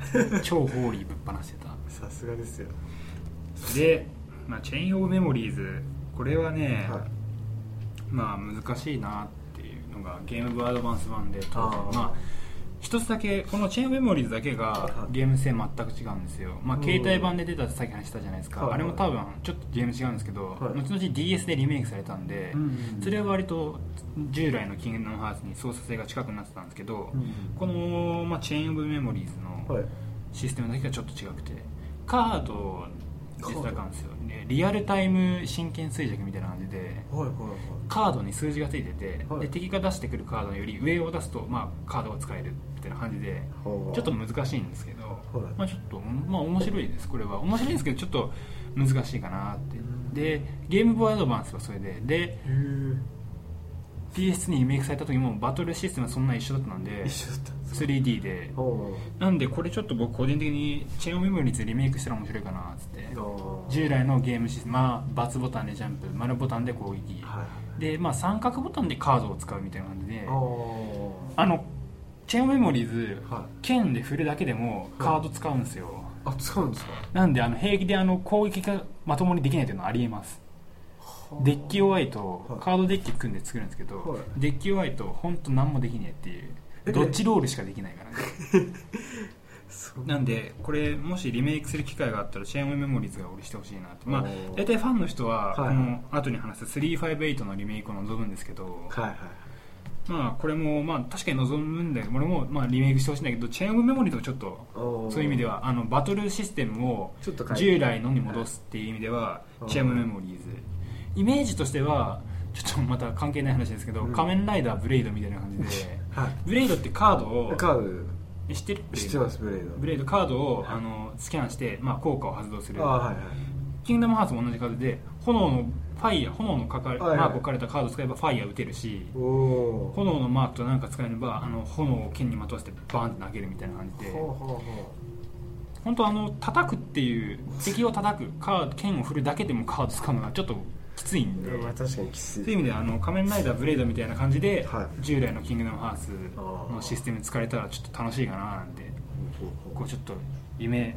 S1: 超ホーリーぶっ放してた
S2: さすがですよ
S1: で、まあ、チェイン・オブ・メモリーズこれはね、
S2: はい
S1: まあ難しいなっていうのがゲームボーイアドバンス版で当然
S2: あー
S1: まあ一つだけこの「チェーンメモリーズ」だけがゲーム性全く違うんですよ、まあ、
S2: うん
S1: 携帯版で出たってさっき話したじゃないですか、
S2: はい
S1: あれも多分ちょっとゲーム違うんですけど、
S2: はい
S1: 後々 DS でリメイクされたんで、
S2: うんうん
S1: それは割と従来の「キングダムハーツ」に操作性が近くなってたんですけど、この、まあ、チェーン・オブ・メモリーズ
S2: は
S1: の
S2: い
S1: システムだけがちょっと違くてカードを実はかんですよねリアルタイム真剣衰弱みたいな感じで
S2: はいはいはい
S1: カードに数字がついてて、
S2: はい
S1: で敵が出してくるカードより上を出すと、まあ、カードが使えるみたいな感じで
S2: ほう
S1: ちょっと難しいんですけど、
S2: い
S1: まあ、ちょっと、まあ、面白いですこれは面白いんですけどちょっと難しいかなって
S2: うん
S1: でゲームボーイアドバンスはそれでで
S2: へー
S1: PS にリメイクされた時もバトルシステムはそんな一緒だったので
S2: 一緒だったんです
S1: 3D で
S2: ほ
S1: なんでこれちょっと僕個人的にチェーンオブメモリーズリメイクしたら面白いかなっつって
S2: うほう
S1: 従来のゲームシステム、まあ、バツボタンでジャンプ丸ボタンで攻撃、
S2: は
S1: で、まあ、三角ボタンでカードを使うみたいな感じで
S2: いほう
S1: あのチェーンメモリーズ、
S2: はい
S1: 剣で振るだけでもカード使うんですよ、
S2: あ使うんですか
S1: なんであの平気であの攻撃がまともにできないというのはありえますデッキ
S2: を
S1: 弱いと
S2: はい
S1: カードデッキ組んで作るんですけど、
S2: はい
S1: デッキ弱いと本当何もできねえってい
S2: え
S1: うどっちロールしかできないからね
S2: そ う
S1: なんでこれもしリメイクする機会があったらチェーンメモリーズが俺してほしいなとまあ
S2: おー
S1: 大体ファンの人はこ
S2: はい
S1: の後に話す358のリメイクを望むんですけど、
S2: はいはい
S1: まあこれもまあ確かに望むんだけど俺もまあリメイクしてほしいんだけどチェーンオブメモリーとちょっと
S2: おー
S1: そういう意味ではあのバトルシステムを
S2: ちょっと変えて
S1: 従来のに戻すっていう意味では
S2: はい
S1: チェーンオブメモリーズイメージとしてはちょっとまた関係ない話ですけど
S2: うん
S1: 仮面ライダーブレイドみたいな感じで
S2: は
S1: ブレイドってカードを
S2: いカー
S1: え知ってる
S2: ド知ってますブレード
S1: ブレイドカードをあのスキャンしてまあ効果を発動する
S2: あはいはい
S1: キングダムハーツも同じ風で炎のファイヤー炎のかかるマ
S2: はいはい
S1: ークを書かれたカードを使えばファイヤー打てるし
S2: おお
S1: 炎のマークとなんか使えればあの炎を剣にまとわせてバンって投げるみたいな感じで
S2: ほうほうほ
S1: 本当あの叩くっていう敵を叩くカード剣を振るだけでもカード掴むのはちょっときついん
S2: う
S1: で
S2: うんまあ確かにきつ
S1: そういう
S2: い
S1: 意味であの仮面ライダーブレードみたいな感じで、
S2: はい
S1: 従来の「キングダムハーツ」のシステム使えたらちょっと楽しいかななんてこうちょっと夢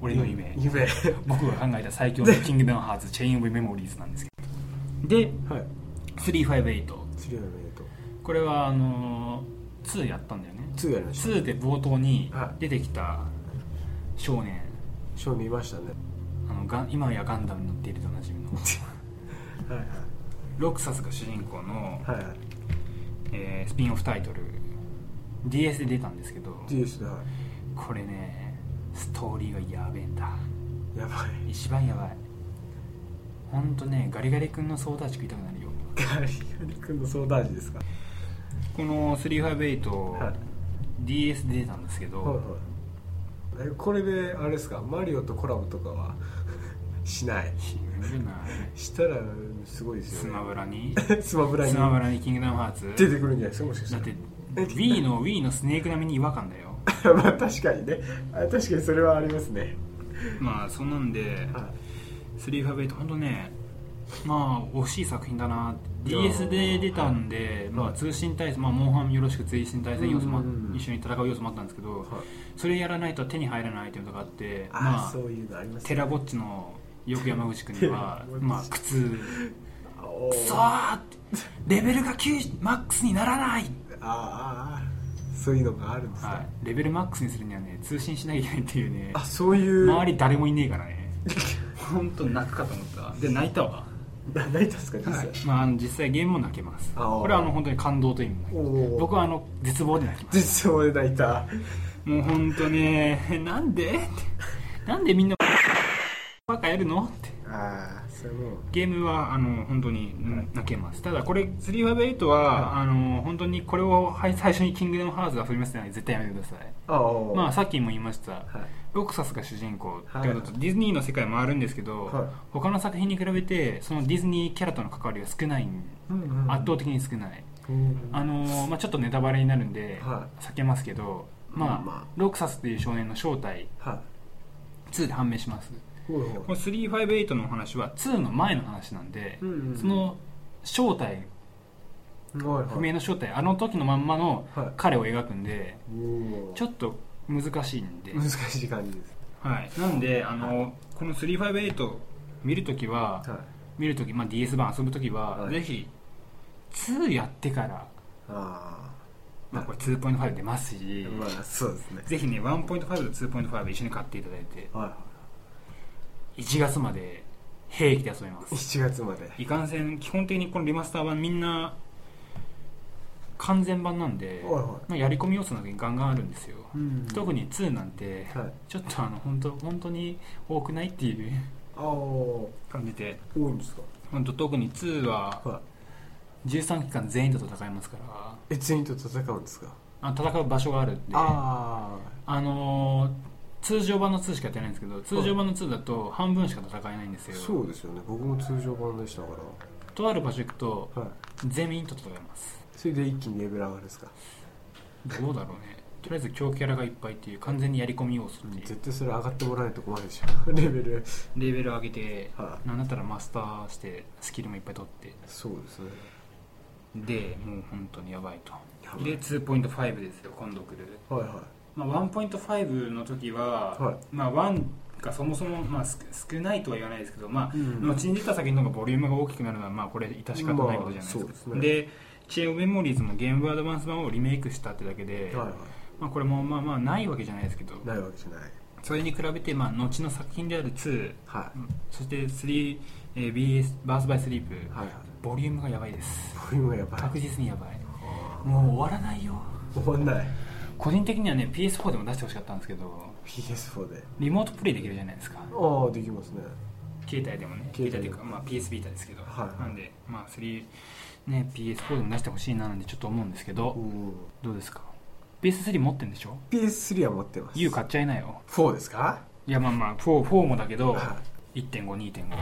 S1: 俺の夢
S2: 夢
S1: 僕が考えた最強の「キングダムハーツ」チェイン・オブ・メモリーズなんですけどで
S2: はい
S1: 358
S2: 次の夢と
S1: これはあの2やったんだよね
S2: 2やりました
S1: 2で冒頭に
S2: はい
S1: 出てきた少年
S2: ショー見ましたね
S1: あのガン今やガンダムに乗っているとおなじみ の
S2: はいはい
S1: ロクサスが主人公の、
S2: はいはい
S1: えースピンオフタイトル DS で出たんですけど
S2: DS では
S1: これねストーリーがやべえんだ
S2: いやばい
S1: 一番やばいほんとねガリガリ君のソーダ味食いたくなるよ
S2: ガリガリ君の相談味ですか
S1: この358、
S2: はい
S1: DS で出たんですけど、
S2: はいはいえこれであれですかマリオとコラボとかはしない
S1: しぬ るな
S2: したらすごいです
S1: ス
S2: よ
S1: マブラに
S2: ね スマブラに
S1: スマブラにキングダムハーツ
S2: 出てくるんじゃないですかもしかし
S1: だ
S2: た
S1: っ
S2: ら
S1: て Wii の Wii のスネーク並みに違和感だよ
S2: まあ確かにねあ確かにそれはありますね
S1: まあそんなんで
S2: は
S1: スリーファベイト本当ねまあ惜しい作品だな DS で出たんで、まあ、通信対戦、まあ、モンハンよろしく追進対戦要素もあ
S2: うんうんうん
S1: 一緒に戦う要素もあったんですけど、それやらないと手に入らないアイテムとかあって
S2: あ、
S1: まあ
S2: そういうのあります
S1: テラぼっちのよく山口君に はまあ苦痛
S2: お
S1: く
S2: ー
S1: そ
S2: あ
S1: ーってレベルが9マックスにならない、
S2: ーあーそういうのがあるんですね、
S1: はい、レベルマックスにするにはね通信しなきゃいけないっていうね
S2: あそういう
S1: 周り誰もいねえからね本当泣くかと思ったわで泣いたわ
S2: なないですか実際、
S1: まあ、あの実際ゲームも泣けます
S2: あー
S1: これはあの本当に感動という意味で泣きます
S2: おー
S1: 僕はあの絶望で泣きます
S2: 実際俺泣いた
S1: もう本当ねなんでってなんでみんなバカやるのって
S2: ああそれも
S1: ゲームはあの本当にうん泣けますただこれ358はあの本当にこれをはい最初に「キングダムハーツ」が振りますので絶対やめてください
S2: ああ
S1: まあ
S2: あ
S1: さっきも言いました
S2: はい
S1: ロクサスが主人公
S2: は
S1: っ
S2: い
S1: てこととディズニーの世界もあるんですけど、
S2: はい
S1: 他の作品に比べてそのディズニーキャラとの関わりが少ない、
S2: うんうん
S1: 圧倒的に少ない
S2: うん
S1: あのーまあ、ちょっとネタバレになるんで
S2: は
S1: 避けますけど、まあ
S2: まあ
S1: ロクサスという少年の正体
S2: は
S1: 2で判明します
S2: いほいほい
S1: この358のお話は2の前の話なんで、
S2: うんうん
S1: その正体
S2: はいはい
S1: 不明の正体あの時のまんまの
S2: はい
S1: 彼を描くんで
S2: おお
S1: ちょっと難しいんで、
S2: 難しい感じです
S1: はい、なんであの、この358見るときは、
S2: はい
S1: 見るとき、まあ、DS 版遊ぶときは、
S2: はい
S1: ぜひ2やってから
S2: あ
S1: まあ、これ2.5出ますし、
S2: まあそうですね
S1: ぜひね1.5と2.5一緒に買っていただいて
S2: は
S1: 1月まで平気で遊べま
S2: い
S1: す
S2: 7月まで
S1: いかんせん基本的にこのリマスター版みんな完全版なんで、
S2: はいはい
S1: まあ、やり込み要素なんかガンガンあるんですよ、
S2: うん
S1: 特に2なんて、
S2: はい
S1: ちょっとあの本当本当に多くないっていう
S2: ああ多
S1: 感じで
S2: いんですか
S1: 本当特に2は
S2: は
S1: 13期間全員と戦いますから
S2: いえ全員と戦うんですか
S1: あ戦う場所があるんで
S2: あ
S1: あのー通常版の2しかやってないんですけど通常版の2だと半分しか戦えないんです
S2: あ
S1: よ、
S2: そうですよね僕も通常版でしたか
S1: とある場所行くと
S2: らはい
S1: 全員と戦います
S2: それで一気にレベル上がるんですか
S1: どうだろうねとりあえず強キャラがいっぱいっていう完全にやり込み要素っていう
S2: 絶対それ上がってもらえないと困るでしょレベル
S1: レベル上げて
S2: は
S1: なんだったらマスターしてスキルもいっぱい取って
S2: そうですね
S1: でもう本当にやばいと
S2: やばい
S1: で2.5ですよ今度来る、
S2: はいは
S1: まあ、1.5の時は、
S2: はい
S1: まあ1がそもそも、まあ、す少ないとは言わないですけど、まあ
S2: うん
S1: 後に出た先の方がボリュームが大きくなるのは、まあ、これ致し方ないことじゃないですか、
S2: まあそうですね
S1: で知恵をメモリーズもゲームアドバンス版をリメイクしたってだけで、
S2: いはいは
S1: まあ、これもまあまあないわけじゃないですけど
S2: いないわけじゃない
S1: それに比べて、まあ、後の作品である2
S2: はい
S1: そして3、えー BS バースバイスリープ、
S2: はいはい
S1: ボリュームがやばいです
S2: ボリュームがやばい
S1: 確実にやばいもう終わらないよ
S2: 終わんない
S1: 個人的にはね PS4 でも出してほしかったんですけど
S2: PS4 で
S1: リモートプレイできるじゃないですか
S2: ああできますね
S1: 携帯でもね携
S2: 携
S1: 帯とい
S2: 帯で
S1: うか、まあ、PS ビータですけど、
S2: はい
S1: なんで、まあ、3、ね、PS4 でも出してほしいななんてちょっと思うんですけど、
S2: うん
S1: どうですか PS3 持ってんでしょ
S2: PS3 は持ってます
S1: ?U 買っちゃいなよ
S2: 4ですか
S1: いやまあまあ 4, 4もだけど
S2: は
S1: 1.52.5
S2: 1.5 2.5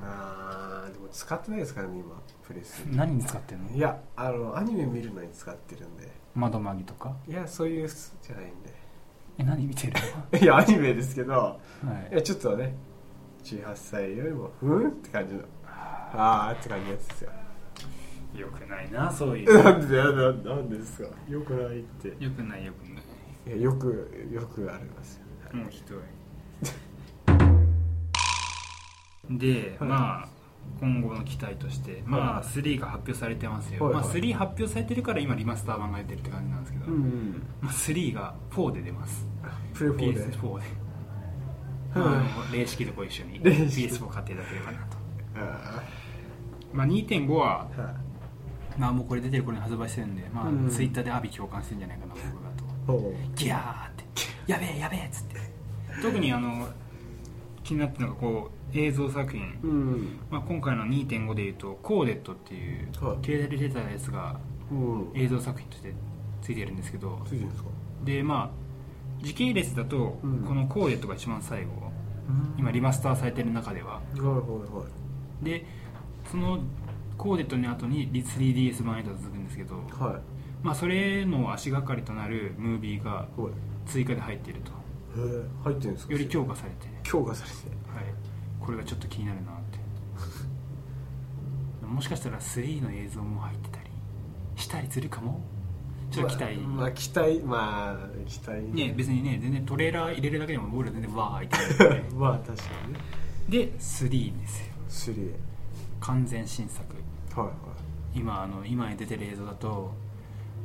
S2: なあでも使ってないですからね今プレス
S1: 何に使ってん
S2: い
S1: の
S2: やあのアニメ見るのに使ってるんで
S1: 窓マギとか
S2: いやそういうじゃないんで
S1: え何見てる
S2: いやアニメですけ ど
S1: はい
S2: いやちょっとね18歳よりもうんって感じのああって感じのやつですよ
S1: よくないなそうい
S2: な
S1: うん
S2: でやななんでですかよくないって
S1: よくないよくない
S2: いやよくよくありますよね、
S1: もうひどいで、
S2: はい
S1: まあ今後の期待として、まあ、3が発表されてますよ、
S2: はいはい
S1: まあ、3発表されてるから今リマスター版が出てるって感じなんですけど、
S2: ん
S1: まあ、3が4で出ます
S2: プレフォーで
S1: PS4 で、
S2: は
S1: うん、霊式とご一緒に
S2: 霊式
S1: PS4 買っていただければなと、
S2: あ
S1: まあ、2.5は、
S2: あはい
S1: まあ、もうこれ出てる頃に発売してるんで、まあ
S2: うん
S1: ツイッターで阿炎共感してんじゃないかな僕がと
S2: ほう
S1: ギャーってやべえやべえっつって特にあの気になったのがこう映像作品、
S2: うん
S1: まあ、今回の2.5でいうとコーデットっていう
S2: はい
S1: 携帯で出たやつが
S2: うん
S1: 映像作品としてついてるんですけど
S2: ついてるんですか
S1: でまあ時系列だと
S2: うん
S1: このコーデットが一番最後今リマスターされてる中では
S2: はいはいはい
S1: でそのコーデットの後に 3DS 版へと続くんですけど、
S2: はい
S1: まあ、それの足がかりとなるムービーが
S2: はい
S1: 追加で入っていると
S2: へえ入ってるんですか
S1: より強化されて
S2: 強化されて
S1: はい、これがちょっと気になるなって もしかしたら3の映像も入ってたりしたりするかもちょっと期待、
S2: まあまあ期待まあ期待
S1: ね別にね全然トレーラー入れるだけでも僕ら全然わーいってなるん
S2: まあ確かにね
S1: でで3ですよ
S2: 3
S1: 完全新作
S2: はいはい
S1: 今あの今出てる映像だと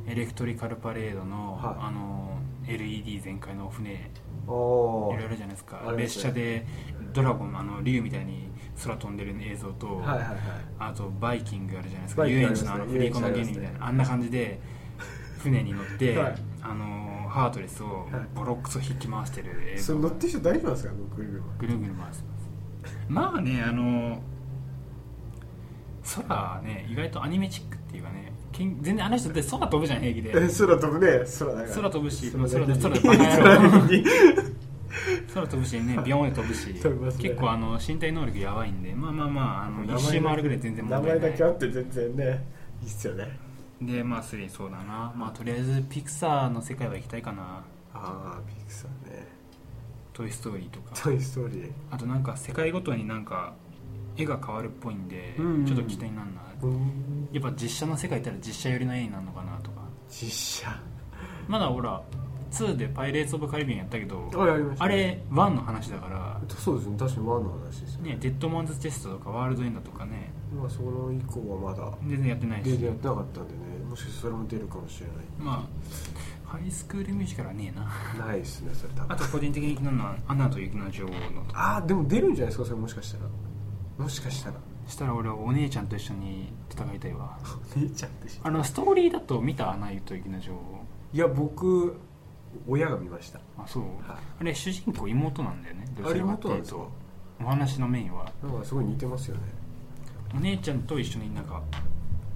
S1: エレクトリカルパレードの,、
S2: はい
S1: あの LED 全開のお船
S2: お
S1: いろいろ
S2: ー
S1: あるじゃないですか
S2: ありますね
S1: 列車でドラゴンあの竜みたいに空飛んでる映像と、
S2: はいはいはい
S1: あとバイキングあるじゃないですか
S2: バイ
S1: 遊
S2: キング
S1: 園地のあの
S2: ありますね
S1: 振り子の原理みたい
S2: 遊園地あります
S1: な
S2: ね
S1: あんな感じで船に乗って、
S2: はい
S1: あのーハートレスを
S2: はい
S1: ボロックスを引き回してる映
S2: それ
S1: 像
S2: 乗
S1: が
S2: ってる人大丈夫なんですか僕今
S1: ぐるんぐるん回してますまあねあのー空はね意外とアニメチックっていうかねけん全然あの人って空飛ぶじゃん平気で
S2: え空飛ぶね空だから
S1: 空飛ぶし
S2: 空
S1: 空
S2: だ
S1: 飛
S2: け
S1: ぶ空だ
S2: 空だけ
S1: 空飛ぶしねビヨーンで飛ぶし
S2: 飛びますね
S1: 結構あの身体能力やばいんでまあまあまああの
S2: 名前
S1: 一周回るぐらい全然
S2: 名
S1: 問題
S2: 前
S1: な
S2: だ
S1: い
S2: けあって全然ねいいっすよね
S1: でまあ3そうだなまあとりあえずピクサーの世界は行きたいかな
S2: ああピクサーね
S1: 「トイ・ストーリー」とか
S2: トイ・ストーリー
S1: あとなんか世界ごとになんか絵が変わるっぽいんで、
S2: うんうんうん
S1: ちょっと期待になんないう
S2: ーん
S1: やっぱ実写の世界いたら実写寄りの絵になるのかなとか
S2: 実写
S1: まだほら2で「パイレーツ・オブ・カリビアン」やったけど
S2: あやりました
S1: あれ1の話だから
S2: そうですね確かにワンの話ですよね
S1: ね「デッドマンズ・チェスト」とか「ワールド・エンド」とかね
S2: まあその以降はまだ
S1: 全然やってない
S2: 全
S1: し
S2: 然やってなかったんでねもしかしてそれも出るかもしれな
S1: まあハイスクールミュージカルはねえない
S2: ないですねそれ多分
S1: あと個人的に気になるのは「アナと雪の女王」のと
S2: ああでも出るんじゃないですかそれもしかしたらもしかしたら
S1: したら俺はお姉ちゃんと一緒に戦いたいわ
S2: 姉ちゃんってし
S1: あのストーリーだと見た「アナと雪の女王
S2: いや僕親が見ました」
S1: あそう
S2: はい
S1: あれ主人公妹なんだよねど
S2: あ
S1: ち
S2: れ
S1: らかって
S2: 元な
S1: い
S2: ん
S1: う
S2: ですか
S1: とお話のメインは
S2: なんかすごい似てますよ ね
S1: お姉ちゃんと一緒になんか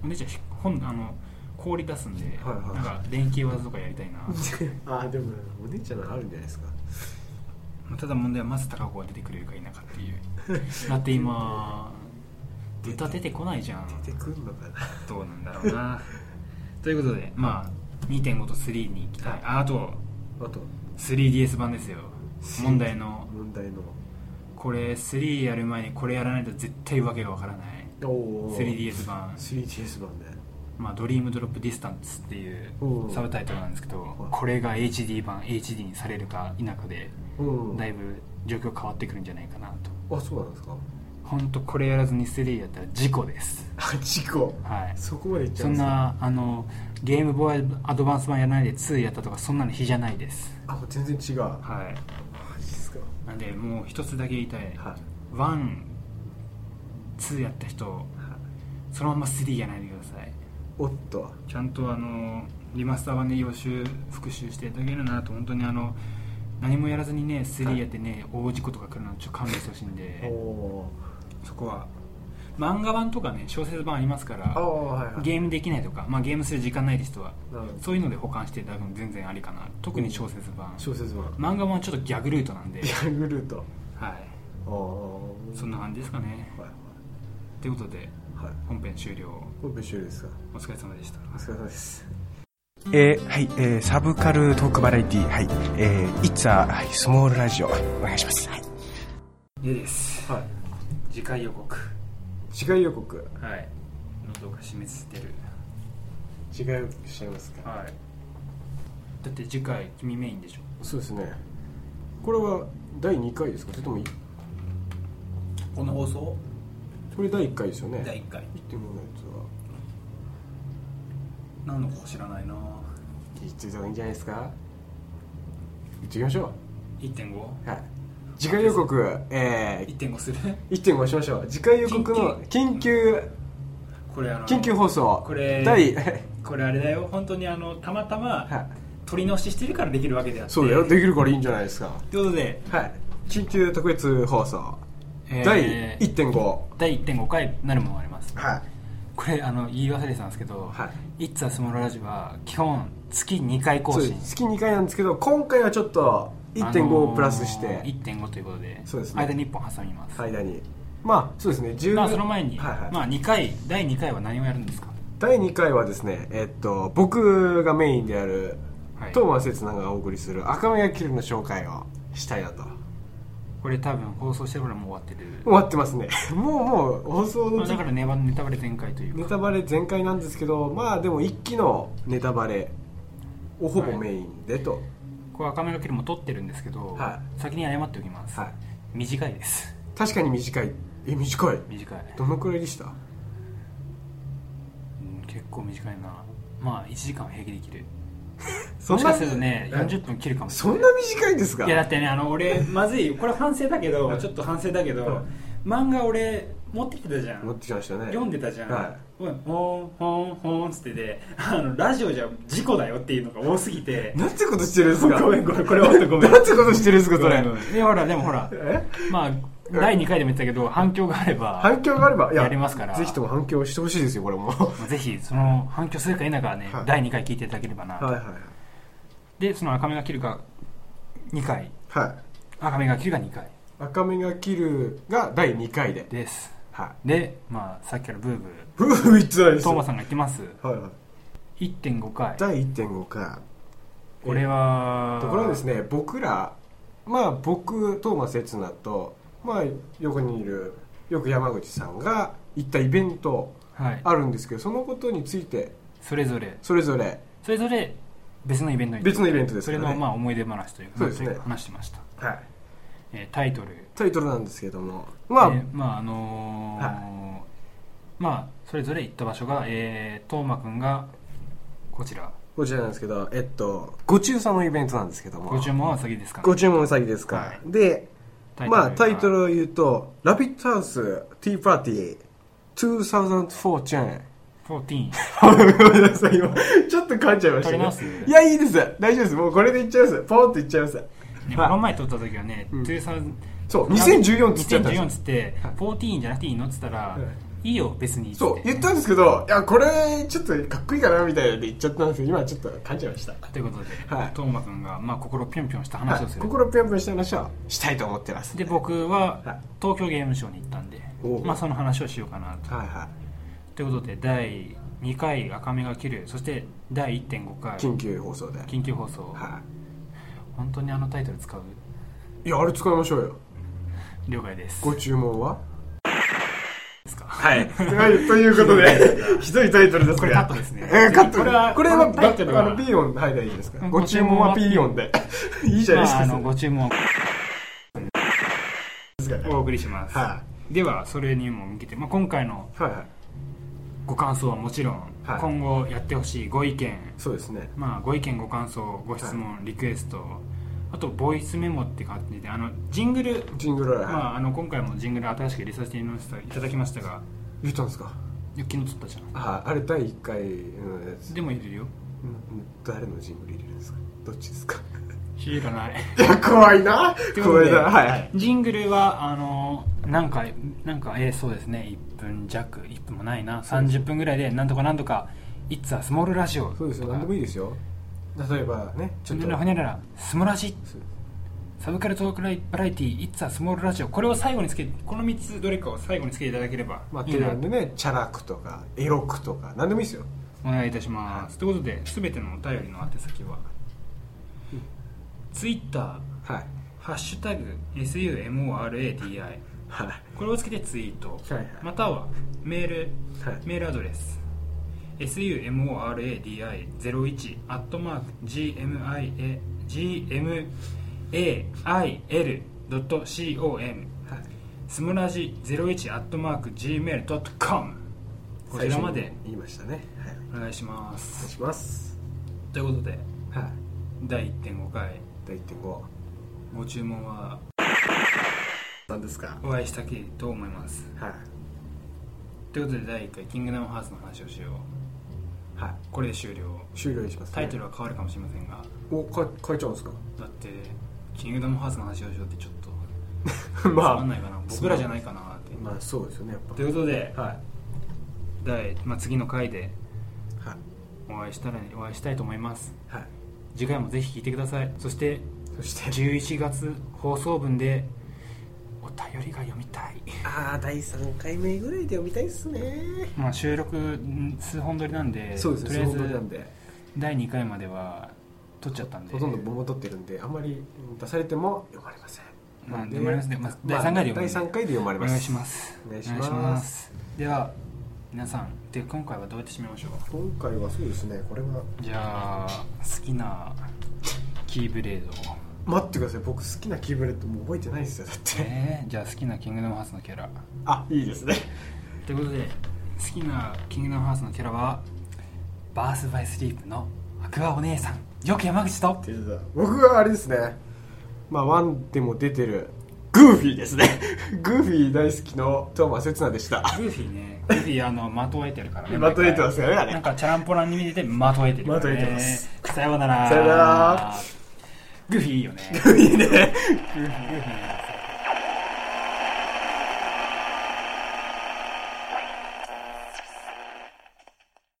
S1: お姉ちゃんひ本あの氷出すんで、
S2: はいはい
S1: なんか連携技とかやりたい な
S2: ああでもお姉ちゃんならあるんじゃないですか
S1: まあただ問題はまず高子が出てくれるか否かって いうだって今歌出てこないじゃん
S2: 出てくんのかな
S1: どうなんだろう なということでまあ2.5と3に行きたいああと
S2: あと
S1: 3DS 版ですよ問題の
S2: 問題の
S1: これ3やる前にこれやらないと絶対わけがわからない
S2: お
S1: 3DS 版
S2: 3DS 版で
S1: まあ、ドリームドロップディスタンスっていう
S2: うん
S1: サブタイトルなんですけど、
S2: ん
S1: これが HD 版 HD にされるか否かで
S2: うん
S1: だいぶ状況変わってくるんじゃないかなと
S2: あそう なんですか
S1: 本当これやらずに 3D やったら事故です
S2: あ事故
S1: はい
S2: そこまでいっちゃ
S1: そ
S2: う
S1: ん
S2: んですか
S1: なあのゲームボーイアドバンス版やらないで2やったとかそんなの比じゃないです
S2: あもう全然違うマ
S1: はい
S2: ジっすか
S1: なんでもう一つだけ言いたい
S2: はい
S1: 12やった人そのまま3やらないでください
S2: おっと
S1: ちゃんとあのリマスター版で予習復習していただけるならと本当にあの何もやらずにね3やってね、大事故とか来るのはちょっと勘弁してほしいん
S2: お
S1: で
S2: お
S1: そこは漫画版とかね小説版ありますか
S2: あ
S1: ら
S2: あはいはい
S1: ゲームできないとか、まあ、ゲームする時間ないって人は
S2: なるほど
S1: そういうので保管していただくの全然ありかな特に小説版
S2: 小説版
S1: 漫画版はちょっとギャグルートなんで
S2: ギ、ャグルート
S1: はい、
S2: ああ
S1: そんな感じですかね
S2: はい
S1: ということで
S2: はいはい
S1: 本編終了
S2: これ別種類ですか
S1: お疲れ様でした
S2: お疲れ様です
S4: えーはい、えーサブカルトークバラエティはい、えー、いつは、はい、スモールラジオ、はいお願いします。はい。
S1: でです
S2: はい
S1: 次回予告
S2: 次回予告
S1: はい喉が締め付てる
S2: 次回予告しちゃいますか
S1: はいだって次回君メインでしょ
S2: そうですねこれは第2回ですかそれともい
S5: この放送
S2: これ第1回ですよね
S5: 第1回
S2: 行ってみようのやつは
S1: 何のか知らないな
S2: 言っていた方がいいんじゃないですか行ってきましょ
S1: 1.5?1.5
S2: うはい次回予告え
S1: する
S2: ー、1.5しましょう次回予告の緊急
S1: これあの
S2: 緊急放送
S1: これ
S2: 第
S1: これあれだよ本当にあのたまた
S2: は
S1: ま
S2: い
S1: 取り直ししてるからできるわけであって
S2: そうだよできるからいいんじゃないですか
S1: ということで、
S2: はい緊急特別放送
S1: えー
S2: 第1.5は
S1: 第1.5回なるものがあります
S2: い
S1: これあの言い忘れてたんですけど
S2: は
S1: 「いつはスモールラジオ」は基本月2回更
S2: そう
S1: 新
S2: 月2回なんですけど今回はちょっと1.5をプラスして、
S1: あのー1.5ということで
S2: そうですね
S1: 間に1本挟みます
S2: 間にまあそうですね10
S1: まあその前に、
S2: はいはい
S1: まあ、2回第2回は何をやるんですか
S2: 第2回はですねえっと僕がメインである、
S1: はい
S2: トーマス節ナがお送りする赤目がキルの紹介をしたいなと
S1: これ多分放送してからもう終わってる、
S2: 終わってますね もうもう放送
S1: ま
S2: の
S1: あ、
S2: 時
S1: だからネバネタバレ全開という
S2: ネ
S1: か
S2: タバレ全開なんですけどまあでも一期のネタバレをほぼメインでと、
S1: これ赤目がけるも撮ってるんですけど、
S2: は
S1: 先に謝っておきます、
S2: はい
S1: 短いです
S2: 確かに短いえ短い
S1: 短い、
S2: どのくらいでした
S1: うん結構短いなまあ1時間は平気できる
S2: そ
S1: も
S2: ん
S1: し
S2: な
S1: かするとね
S2: え
S1: 40分切るかもしれ
S2: そ
S1: ない
S2: んな短いんですか
S1: いやだってねあの俺まずいこれ反省だけどちょっと反省だけど、漫画俺持ってきてたじゃん
S2: 持ってきましたね
S1: 読んでたじゃん、
S2: は
S1: ほんほんほんほんっつっててあのラジオじゃ事故だよっていうのが多すぎて
S2: い なんてことしてるんですか
S1: ごめんごめんこれは本当ごめん
S2: なんてことしてるんですかそれ
S1: いやほらでもほら
S2: え
S1: まあ第2回でも言ったけど反響があれば、
S2: 反響があればい
S1: やりますから
S2: ぜひとも反響してほしいですよこれも は
S1: まあぜひその反響するか否かはね、
S2: はい
S1: 第2回聞いていただければな、
S2: いはい
S1: でその赤目が切るか2回
S2: はい
S1: 赤目が切るか2回
S2: 赤目が切るが第2回で
S1: です
S2: はい
S1: でまあさっきからブーブ
S2: 夫婦一致ないで
S1: ー
S2: す
S1: トーマ
S2: よ
S1: さんが言ってます
S2: はいはい
S1: 1.5回
S2: 第1.5回
S1: これは
S2: ところがですね僕らまあ僕トーマスエツナとまあ横にいるよく山口さんが行ったイベント
S1: はい
S2: あるんですけどそのことについて
S1: それぞれ
S2: それぞれ
S1: それぞれ別のイベントに
S2: 別のイベントです
S1: そ
S2: か
S1: れ
S2: らね
S1: のまあ思い出話というか
S2: そうですね
S1: なんというか話してました、
S2: はい
S1: えータイトル
S2: タイトルなんですけどもまあ、
S1: えーまああのーまあそれぞれ行った場所がえー、トーマくんがこちら
S2: こちらなんですけど、えっと、ご注文のイベントなんですけども。
S1: ご注文は先ですかね
S2: ご注文先ですか。
S1: はい
S2: で、
S1: タイトルが
S2: まあタイトルを言うと、ラビットハウスティーパーティー2014。
S1: 14
S2: ごめんなさい、今、 ちょっと噛んじゃいました
S1: 取れます
S2: いや、いいです。大丈夫です。もうこれでいっちゃいます。ポンといっちゃいます。
S1: ね、
S2: はい
S1: この前撮った時はね、
S2: ん
S1: 13
S2: そう2014っつっちゃったんですよ
S1: 2014っつって、14じゃなくていいのっつったら、い、いよ別にっつって
S2: そう、言ったんですけど、いや、これ、ちょっとかっこいいかな、みたいなんで言っちゃったんですけど、今ちょっと噛んじゃいました。
S1: ということで、
S2: はい
S1: トーマくんが、まあ、心ぴょんぴょんした話をする、
S2: 心ぴょんぴょんした話はしたいと思ってます。
S1: で僕
S2: は
S1: はい東京ゲームショウに行ったんで
S2: お、う
S1: まあ、その話をしようかなと
S2: はいは
S1: ということで第2回赤目が切るそして第1.5回
S2: い。緊急放送で。
S1: 緊急放送、
S2: は
S1: 本当にあのタイトル使う
S2: い。いや、あれ使いましょうよ。
S1: 了解です
S2: ご注文は
S1: ですか
S2: はい。ということ で、ひどいタイトルですが。
S1: これカットですね
S2: えー、カット。
S1: これは
S2: これは、
S1: このタイトルは
S2: あの、ピー音入ればいいですか
S1: うん
S2: ご注文はピー 音で。いいじゃないです
S1: まあ、
S2: か
S1: あ
S2: そ
S1: の
S2: れ
S1: ご注文を
S2: ですからね。
S1: お送りします、
S2: は
S1: ではそれにも向けて、まあ、今回の
S2: はいはい。
S1: ご感想はもちろん、
S2: はい
S1: 今後やってほしいご意見、
S2: そうですね。
S1: まあ、ご意見ご感想ご質問、リクエストあとボイスメモって感じであのジングル、
S2: ジングルは、
S1: まあ、あの今回もジングル新しく入れさせていただきましたが
S2: 言ったんですか
S1: いや昨日撮ったじゃ
S2: ああれ第1回のやつ
S1: んでも入れるよ
S2: うん誰のジングル入れるんですかどっちで すか
S1: 知らない
S2: いや怖いな怖いなはい、はい、
S1: ジングルはあのなんかなんかえーそうですね1分弱1分もないな30分ぐらいでなんとかなんとか「It's a small radio」
S2: そうですよ何でもいいですよ例えばね
S1: ちょっとほにゃらら、スモラジ
S2: そう
S1: サブカルトークライバラエティー、イッツ・ア・スモールラジオ、これを最後につけこの3つどれかを最後につけていただければ
S2: まあ
S1: いい
S2: て
S1: な
S2: なんでねチャラくとかエロくとか何でもいいですよ
S1: お願いいたします。ということで、すべてのお便りの宛先は、ツイッター、
S2: はい
S1: ハッシュタグ、SUMORADI、
S2: はい
S1: これをつけてツイート、
S2: はいはい
S1: またはメール、
S2: はい
S1: メールアドレス、sumoradi01 アットマーク gmail gmail.com
S2: はい
S1: スムラジ01アットマーク gmail.com こちらま
S2: 最
S1: で
S2: 初に言いましたねはい
S1: お願いしま
S2: お願い
S1: す
S2: します
S1: ということで
S2: はい
S1: 第1.5回
S2: 第1.5
S1: ご注文は
S2: 何ですか
S1: お会いしたきと思います
S2: はい
S1: ということで第1回キングダムハーツの話をしよう
S2: はい
S1: これで終了
S2: 終了します、ね、
S1: タイトルは変わるかもしれませんが
S2: おか変えちゃうんですか
S1: だってキングダムハーツの話をしようってちょっとつ
S2: ま
S1: まんないかな僕らじゃないかなって
S2: まあそうですよねやっぱ
S1: ということで
S2: はい
S1: 第、まあ、次の回で
S2: はい
S1: お会いしたらお会いしたいと思います
S2: はい
S1: 次回もぜひ聞いてくださいそして
S2: そして
S1: 11月放送分でお便りが読みたい
S2: ああ第3回目ぐらいで読みたいっすね
S1: まあ収録ん数本撮りなんで
S2: そうです
S1: とりあえ
S2: ね相当なん
S1: ず
S2: で
S1: 第2回までは撮っちゃったんで
S2: ほとんど桃取ってるんであんまり出されても読まれません
S1: まあ
S2: なんで
S1: 読まれますねまあ
S2: まあ
S1: 第三回で読む
S2: 第三回で読まれ
S1: お
S2: ます
S1: 願いします
S2: お願いします
S1: おすでは皆さんで今回はどうやって締めましょう
S2: 今回はそうですねこれは
S1: じゃあ好きなキーブレードを
S2: 待ってください僕好きなキーブレットもう覚えてないですよだって
S1: えー、じゃあ好きなキングダムハーツのキャラ
S2: あいいですね
S1: ということで好きなキングダムハーツのキャラはバース・バイ・スリープのアクアお姉さんよく山口と
S2: 僕はあれですねまあワンでも出てるグーフィーです ねグーフィー大好きのトーマスエツナでした
S1: グーフィーね、グーフィーあの、まとえてる からね。
S2: まとえてますよねあれ
S1: なん か、チャランポランに見てて、まとえてるからね。
S2: まとえてます。
S1: さようなら。
S2: さようなら。
S1: グーフィーいいよね。
S2: グーフィーね
S1: グーフィーいいよね